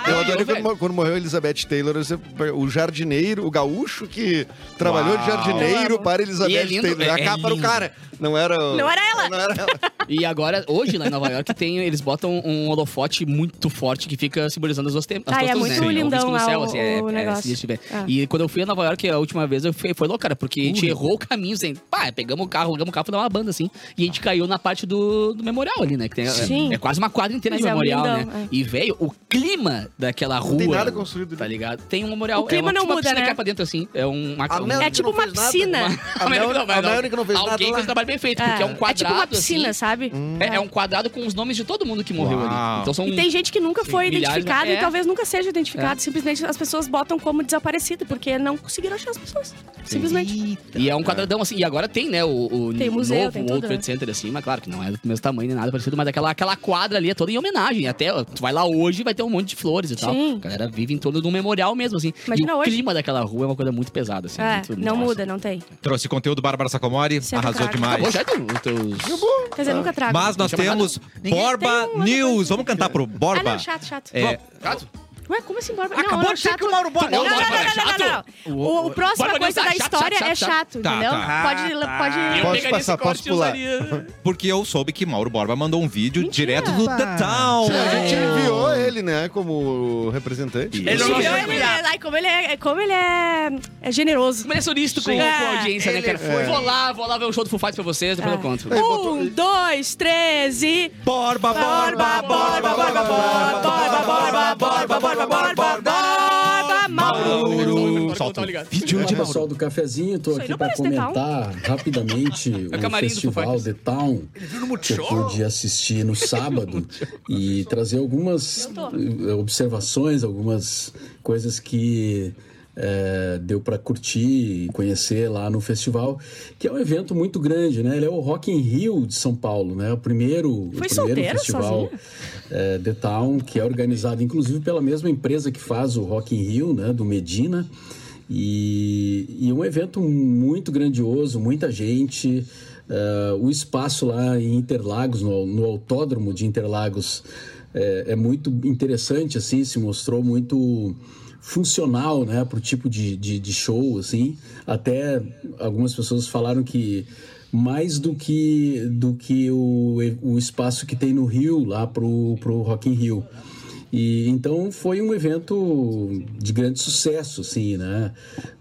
Speaker 5: Eu
Speaker 3: Ai,
Speaker 5: adorei
Speaker 3: eu,
Speaker 5: quando,
Speaker 3: velho.
Speaker 5: mo- quando morreu Elizabeth Taylor, você- o jardineiro, o gaúcho que trabalhou de
Speaker 2: Eu
Speaker 5: jardineiro
Speaker 2: amo.
Speaker 5: para
Speaker 3: E
Speaker 5: Elizabeth
Speaker 3: é lindo,
Speaker 5: Taylor. A
Speaker 3: é
Speaker 5: capa era o
Speaker 3: lindo.
Speaker 5: cara, não era o-
Speaker 2: Não era ela.
Speaker 5: Não era ela.
Speaker 3: E agora, hoje lá em Nova York, tem, eles botam um holofote muito forte que fica simbolizando as duas tem- as
Speaker 2: Ah,
Speaker 3: duas
Speaker 2: é
Speaker 3: torres,
Speaker 2: muito
Speaker 3: né? Um
Speaker 2: lindão
Speaker 3: risco no
Speaker 2: lá
Speaker 3: céu,
Speaker 2: o-
Speaker 3: assim,
Speaker 2: o
Speaker 3: é, é
Speaker 2: negócio.
Speaker 3: sinistro, velho.
Speaker 2: Ah.
Speaker 3: E quando eu fui a Nova York a última vez, eu fui, foi louco, cara, porque a gente errou o caminho, assim, pá, pegamos o carro, largamos o carro, foi dar uma banda, assim, e a gente caiu na parte do, do memorial ali, né? Que tem, é-
Speaker 2: Sim.
Speaker 3: É, quase uma quadra inteira de
Speaker 2: Mas é um
Speaker 3: memorial,
Speaker 2: lindão,
Speaker 3: né?
Speaker 2: é.
Speaker 3: E, velho, o clima daquela rua...
Speaker 5: tem nada construído ali.
Speaker 3: Tá ligado? Tem um memorial.
Speaker 2: O clima
Speaker 3: é uma,
Speaker 2: não
Speaker 3: tipo uma
Speaker 2: muda,
Speaker 3: piscina
Speaker 2: né?
Speaker 3: que é pra dentro, assim. É um... uma- um-
Speaker 2: É tipo uma piscina.
Speaker 3: A América
Speaker 5: América-
Speaker 3: não, vai, não.
Speaker 5: a América não fez nada
Speaker 3: Alguém
Speaker 5: lá.
Speaker 3: fez um trabalho bem feito, porque é um
Speaker 2: É tipo
Speaker 3: quadrado,
Speaker 2: uma piscina,
Speaker 3: assim.
Speaker 2: sabe?
Speaker 3: É, é um quadrado com os nomes de todo mundo que morreu
Speaker 4: Uau.
Speaker 3: ali. Então são
Speaker 2: E tem gente que nunca foi
Speaker 3: milhares,
Speaker 2: identificada
Speaker 3: é.
Speaker 2: e talvez nunca seja identificada. Simplesmente as pessoas botam como desaparecido, porque não conseguiram achar as pessoas. Simplesmente.
Speaker 3: E é um quadradão assim. E agora tem, né? O, o
Speaker 2: Tem museu,
Speaker 3: novo
Speaker 2: tem
Speaker 3: World
Speaker 2: tudo,
Speaker 3: Trade
Speaker 2: né?
Speaker 3: Center, assim, mas claro que não é do mesmo tamanho nem nada parecido, mas aquela, aquela quadra ali é toda em homenagem. Até ó, tu vai lá hoje vai ter um monte de flores e tal.
Speaker 2: Sim.
Speaker 3: A galera vive em torno de um memorial mesmo, assim.
Speaker 2: Imagina
Speaker 3: e o
Speaker 2: hoje.
Speaker 3: clima daquela rua é uma coisa muito pesada, assim.
Speaker 2: É,
Speaker 3: muito-
Speaker 2: não
Speaker 3: nossa.
Speaker 2: muda, não tem.
Speaker 4: Trouxe conteúdo, Bárbara Sacomori.
Speaker 2: Sempre
Speaker 4: Arrasou
Speaker 2: trago.
Speaker 4: demais.
Speaker 3: Acabou Tá já tu, os teus.
Speaker 2: Quer dizer, nunca trago.
Speaker 4: Mas nós
Speaker 3: Não chama
Speaker 4: temos Borba News. Vamos cantar pro
Speaker 2: Ah,
Speaker 4: Borba.
Speaker 2: não, chato, chato.
Speaker 4: É,
Speaker 3: Caso?
Speaker 2: Ué, como assim, Borba? não,
Speaker 1: Acabou
Speaker 2: não,
Speaker 1: de dizer
Speaker 2: chato.
Speaker 1: que o Mauro Borba.
Speaker 2: Não, não, não,
Speaker 3: Borba é
Speaker 2: não, não,
Speaker 3: chato.
Speaker 2: não. O, o próxima
Speaker 3: Borba
Speaker 2: coisa
Speaker 3: não
Speaker 2: da
Speaker 3: tá chato,
Speaker 2: história
Speaker 3: chato,
Speaker 2: é
Speaker 3: chato,
Speaker 2: chato,
Speaker 4: Tá,
Speaker 2: entendeu?
Speaker 4: tá.
Speaker 2: Pode,
Speaker 1: Ah, tá.
Speaker 2: pode...
Speaker 5: Posso passar, posso pular.
Speaker 4: porque eu soube que Mauro Borba mandou um vídeo
Speaker 2: Mentira.
Speaker 4: direto do The Town.
Speaker 5: A gente enviou ele, né, como representante.
Speaker 1: Ele não
Speaker 2: Esse
Speaker 1: gosta
Speaker 2: meu,
Speaker 1: de
Speaker 2: Tipo, ele-
Speaker 1: cuidar.
Speaker 2: ai, como ele é, como ele é, é generoso.
Speaker 3: Impressionista com,
Speaker 2: Sim.
Speaker 3: com a
Speaker 2: É,
Speaker 3: audiência, né,
Speaker 1: ele
Speaker 3: cara?
Speaker 1: foi-
Speaker 3: Vou lá, vou lá ver o show do Foo Fighters pra vocês, depois
Speaker 2: Ah.
Speaker 3: eu conto.
Speaker 5: Ele botou-
Speaker 2: Um, dois, três e...
Speaker 4: Borba, Borba, Borba, Borba, Borba, Borba, Borba, Borba, Borba, Borba,
Speaker 2: Borba, Mauro.
Speaker 4: Mauro. Solta
Speaker 3: Tá
Speaker 4: o
Speaker 3: ligado?
Speaker 6: Boa noite, pessoal do cafezinho. Tô
Speaker 2: Isso aí
Speaker 6: aqui
Speaker 2: não
Speaker 6: para
Speaker 2: parece The Town.
Speaker 6: comentar rapidamente
Speaker 3: É o
Speaker 6: o
Speaker 3: camarim do Foo
Speaker 6: festival The Town que eu pude assistir no sábado e trazer algumas eh, observações, algumas coisas que eh, deu para curtir e conhecer lá no festival, que é um evento muito grande, né? Ele é o Rock in Rio de São Paulo, né? O primeiro, o
Speaker 2: Foi
Speaker 6: primeiro
Speaker 2: solteira,
Speaker 6: festival
Speaker 2: sozinha?
Speaker 6: eh, The Town, que é organizado inclusive pela mesma empresa que faz o Rock in Rio, né, do Medina. E, e um evento muito grandioso, muita gente. eh, o espaço lá em Interlagos, no, no autódromo de Interlagos, eh, é muito interessante, assim, se mostrou muito funcional, né, para o tipo de, de, de show, assim. Até algumas pessoas falaram que mais do que do que o, o espaço que tem no Rio lá pro pro Rock in Rio. E então foi um evento de grande sucesso, assim, né?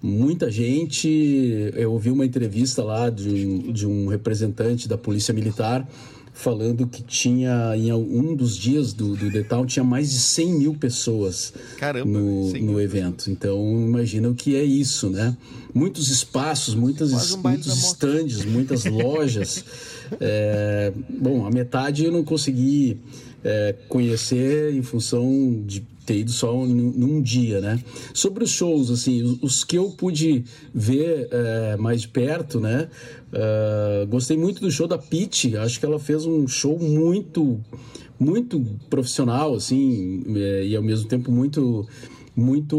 Speaker 6: Muita gente, eu ouvi uma entrevista lá de um, de um representante da Polícia Militar falando que tinha em um dos dias do, do The Town tinha mais de 100 mil pessoas
Speaker 5: Caramba,
Speaker 6: no,
Speaker 5: 100 mil.
Speaker 6: no evento. Então imagina o que é isso, né? Muitos espaços, muitas
Speaker 5: Quase um baile
Speaker 6: muitos
Speaker 5: da moto.
Speaker 6: estandes, muitas lojas. É, bom, a metade eu não consegui é, conhecer em função de ter ido só num, num dia, né? Sobre os shows, assim, os, os que eu pude ver é, mais de perto, né? É, gostei muito do show da Pitty. Acho que ela fez um show muito, muito profissional, assim, é, e ao mesmo tempo muito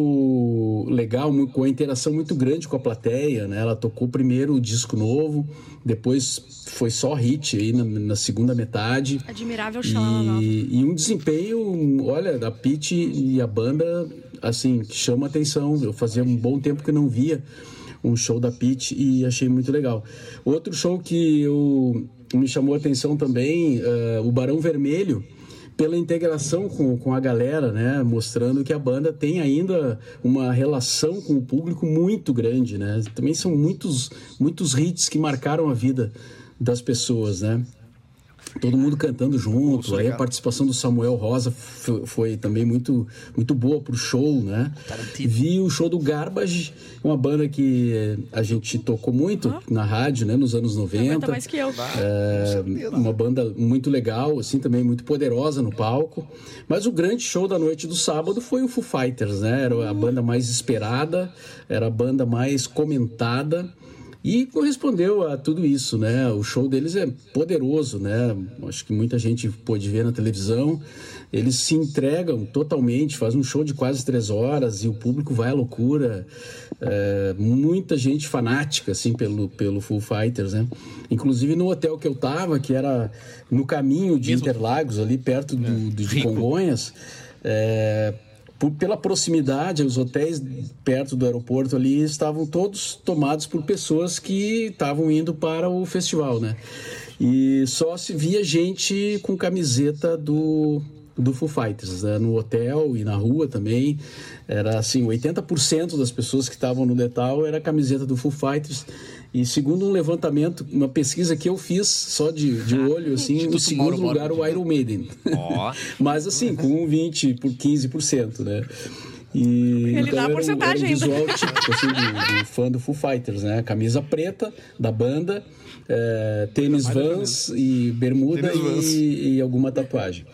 Speaker 6: muito legal, mu- com a interação muito grande com a plateia, né? Ela tocou primeiro o disco novo, depois foi só hit aí na, na segunda metade.
Speaker 2: Admirável Xalala.
Speaker 6: E, e um desempenho, olha, da Pete e a banda, assim, que chama atenção. Eu fazia um bom tempo que não via um show da Pete e achei muito legal. Outro show que eu, me chamou a atenção também, eh, o Barão Vermelho, pela integração com, com a galera, né? Mostrando que a banda tem ainda uma relação com o público muito grande, né? Também são muitos, muitos hits que marcaram a vida das pessoas, né? Todo mundo cantando junto. aí a participação do Samuel Rosa f- foi também muito, muito boa pro show, né? Vi o show do Garbage, uma banda que a gente tocou muito na rádio, né? Nos anos 90.
Speaker 2: Aguenta mais que eu.
Speaker 6: É, uma banda muito legal, assim, também muito poderosa no palco. Mas o grande show da noite do sábado foi o Foo Fighters, né? Era a banda mais esperada, era a banda mais comentada. E correspondeu a tudo isso, né? O show deles é poderoso, né? Acho que muita gente pôde ver na televisão. Eles se entregam totalmente, fazem um show de quase três horas e o público vai à loucura. É, muita gente fanática, assim, pelo, pelo Full Fighters, né? Inclusive no hotel que eu tava, que era no caminho de Interlagos, ali perto do, do- de Congonhas. é, por- pela proximidade, os hotéis perto do aeroporto ali estavam todos tomados por pessoas que estavam indo para o festival, né? E só se via gente com camiseta do, do Foo Fighters, né? no hotel e na rua também. Era assim, 80% das pessoas que estavam no Detal era camiseta do Foo Fighters. E segundo um levantamento, uma pesquisa que eu fiz só de, de olho, assim, o
Speaker 3: Instituto
Speaker 6: segundo
Speaker 3: Mauro Borba.
Speaker 6: lugar o Iron Maiden. Mas assim, com 20 por 15%, né? E,
Speaker 2: Ele dá a
Speaker 6: era um-
Speaker 2: porcentagem
Speaker 6: era um
Speaker 2: ainda.
Speaker 6: visual típico, assim, do, do fã do Foo Fighters, né? Camisa preta da banda, é, tênis Vans e bermuda
Speaker 5: Tênis Vans.
Speaker 6: e, e alguma tatuagem.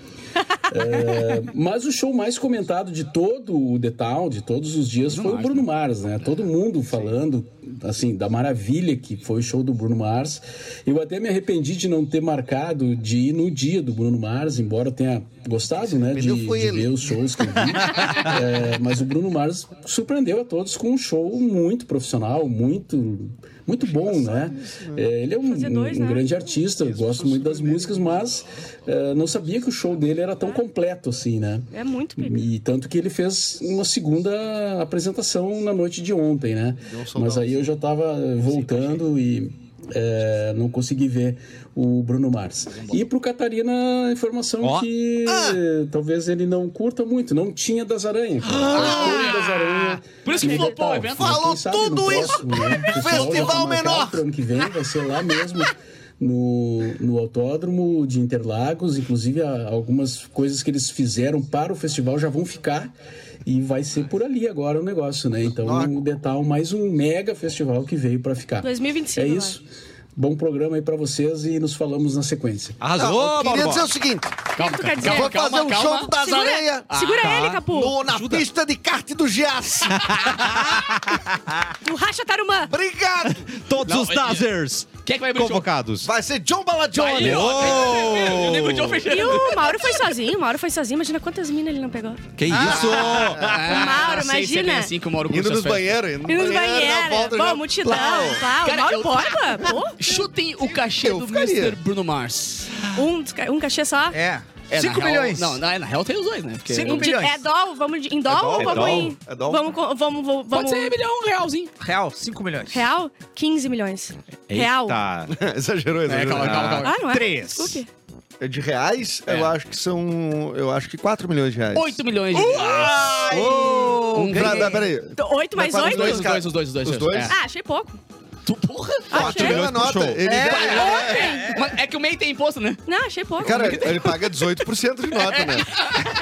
Speaker 6: É, mas o show mais comentado de todo o The Town, de todos os dias, foi o Bruno Mars, né? Todo mundo falando, assim, da maravilha que foi o show do Bruno Mars. Eu até me arrependi de não ter marcado de ir no dia do Bruno Mars, embora eu tenha gostado, né? De,
Speaker 5: arrependeu foi
Speaker 6: de
Speaker 5: ele.
Speaker 6: ver os shows que eu vi. É, mas o Bruno Mars surpreendeu a todos com um show muito profissional, muito, muito bom, né? É, ele é um,
Speaker 2: Fazer dois,
Speaker 6: um
Speaker 2: né?
Speaker 6: grande artista, eu gosto muito das músicas, mas é, não sabia que o show dele era tão completo assim, né?
Speaker 2: É muito perigo.
Speaker 6: E tanto que ele fez uma segunda apresentação na noite de ontem, né? Mas aí eu já tava eh, voltando e é, não consegui ver o Bruno Mars. E pro Catarina, a informação
Speaker 4: Ó.
Speaker 6: que eh, talvez ele não curta muito. Não tinha das aranhas. cara. Não tinha das aranhas.
Speaker 3: Por isso que
Speaker 6: no
Speaker 3: flopou
Speaker 6: Natal.
Speaker 3: o evento.
Speaker 6: Mas quem
Speaker 5: Falou
Speaker 6: sabe no
Speaker 5: tudo isso.
Speaker 6: próximo, né? O pessoal
Speaker 5: Festival
Speaker 6: já tá marcado
Speaker 5: menor.
Speaker 6: pro ano que vem vai ser lá mesmo. No, no autódromo de Interlagos, inclusive a- algumas coisas que eles fizeram para o festival já vão ficar e vai ser por ali agora o negócio, né? Então, o Detal, mais um mega festival que veio para ficar.
Speaker 2: 2025,
Speaker 6: É isso. Bom programa aí para vocês e nos falamos na sequência.
Speaker 5: Não,
Speaker 4: Arrasou,
Speaker 5: eu queria
Speaker 4: Mauro
Speaker 5: dizer o
Speaker 4: Borba.
Speaker 5: seguinte:
Speaker 3: Calma,
Speaker 2: quer
Speaker 3: calma,
Speaker 2: dizer?
Speaker 3: calma,
Speaker 5: vou
Speaker 3: calma,
Speaker 5: fazer um
Speaker 3: calma.
Speaker 5: show das
Speaker 2: Segura,
Speaker 5: areias
Speaker 2: segura
Speaker 4: tá.
Speaker 2: ele, Capu.
Speaker 5: no- na pista de kart do Giasse.
Speaker 2: No Racha Tarumã.
Speaker 5: Obrigado!
Speaker 4: Todos
Speaker 3: Não,
Speaker 4: os
Speaker 3: é-
Speaker 4: Dazers
Speaker 3: Quem é que vai abrir o show?
Speaker 4: convocados.
Speaker 5: Vai ser John
Speaker 3: Vai,
Speaker 5: Baladione.
Speaker 3: ele, ó,
Speaker 4: Oh!
Speaker 3: tem que ver, O Nego John um fechando.
Speaker 2: E o Mauro foi sozinho, o Mauro foi sozinho. Imagina quantas minas ele não pegou.
Speaker 4: Que isso?
Speaker 3: Ah,
Speaker 2: Mauro,
Speaker 3: sei se é bem
Speaker 2: imagina.
Speaker 3: assim que o Mauro
Speaker 5: Indo
Speaker 3: curte
Speaker 5: nos
Speaker 3: as festas.
Speaker 5: banheiros. Indo
Speaker 2: E nos
Speaker 5: na volta
Speaker 2: banheiros.
Speaker 5: já-
Speaker 2: Bom, multidão.
Speaker 5: Plau.
Speaker 2: Plau.
Speaker 3: Cara,
Speaker 2: Ah, Mauro
Speaker 3: eu-
Speaker 2: Borba. Pô.
Speaker 3: Chutem o cachê
Speaker 5: Eu
Speaker 3: do
Speaker 5: ficaria.
Speaker 3: Mr. Bruno Mars.
Speaker 2: Um, dos ca- um cachê só.
Speaker 1: É.
Speaker 3: É, na
Speaker 1: 5
Speaker 3: real-
Speaker 1: milhões.
Speaker 3: Não, na, na real tem os dois, né? Porque
Speaker 1: Cinco
Speaker 2: Um de-
Speaker 1: milhões.
Speaker 2: é dó, vamos de, em dó
Speaker 5: É
Speaker 2: ou
Speaker 5: dó,
Speaker 2: vamos
Speaker 5: é
Speaker 2: em.
Speaker 5: dó, é dó.
Speaker 2: Vamos, com- vamos, vamos.
Speaker 3: Pode ser milhão, um realzinho.
Speaker 1: Real, 5 milhões.
Speaker 2: Real? 15 milhões. Real.
Speaker 4: Tá.
Speaker 5: exagerou,
Speaker 3: É,
Speaker 5: exagerou.
Speaker 3: calma, calma, calma.
Speaker 2: Ah, não é?
Speaker 1: Três.
Speaker 2: Desculpe.
Speaker 5: De reais,
Speaker 3: É.
Speaker 5: eu acho que são. Eu acho que 4 milhões de reais.
Speaker 3: 8 milhões de reais.
Speaker 5: Oh,
Speaker 3: Um
Speaker 5: pra,
Speaker 3: ganhei.
Speaker 5: dá, peraí.
Speaker 2: 8 Então, mais
Speaker 5: Mas
Speaker 3: Os dois,
Speaker 2: 8?
Speaker 5: dois,
Speaker 3: os
Speaker 5: cara.
Speaker 3: dois, os dois, os dois.
Speaker 5: Os dois?
Speaker 3: É.
Speaker 2: Ah, achei pouco.
Speaker 3: Tu porra?
Speaker 5: Quatro
Speaker 2: Achei.
Speaker 5: milhões
Speaker 4: Milhões pro
Speaker 5: nota.
Speaker 4: show.
Speaker 5: Ele
Speaker 3: É.
Speaker 2: Ah, é?
Speaker 5: ganha-
Speaker 3: Mas é que o MEI tem imposto, né?
Speaker 2: Não, achei pouco.
Speaker 5: Cara, ele paga 18% de nota, né?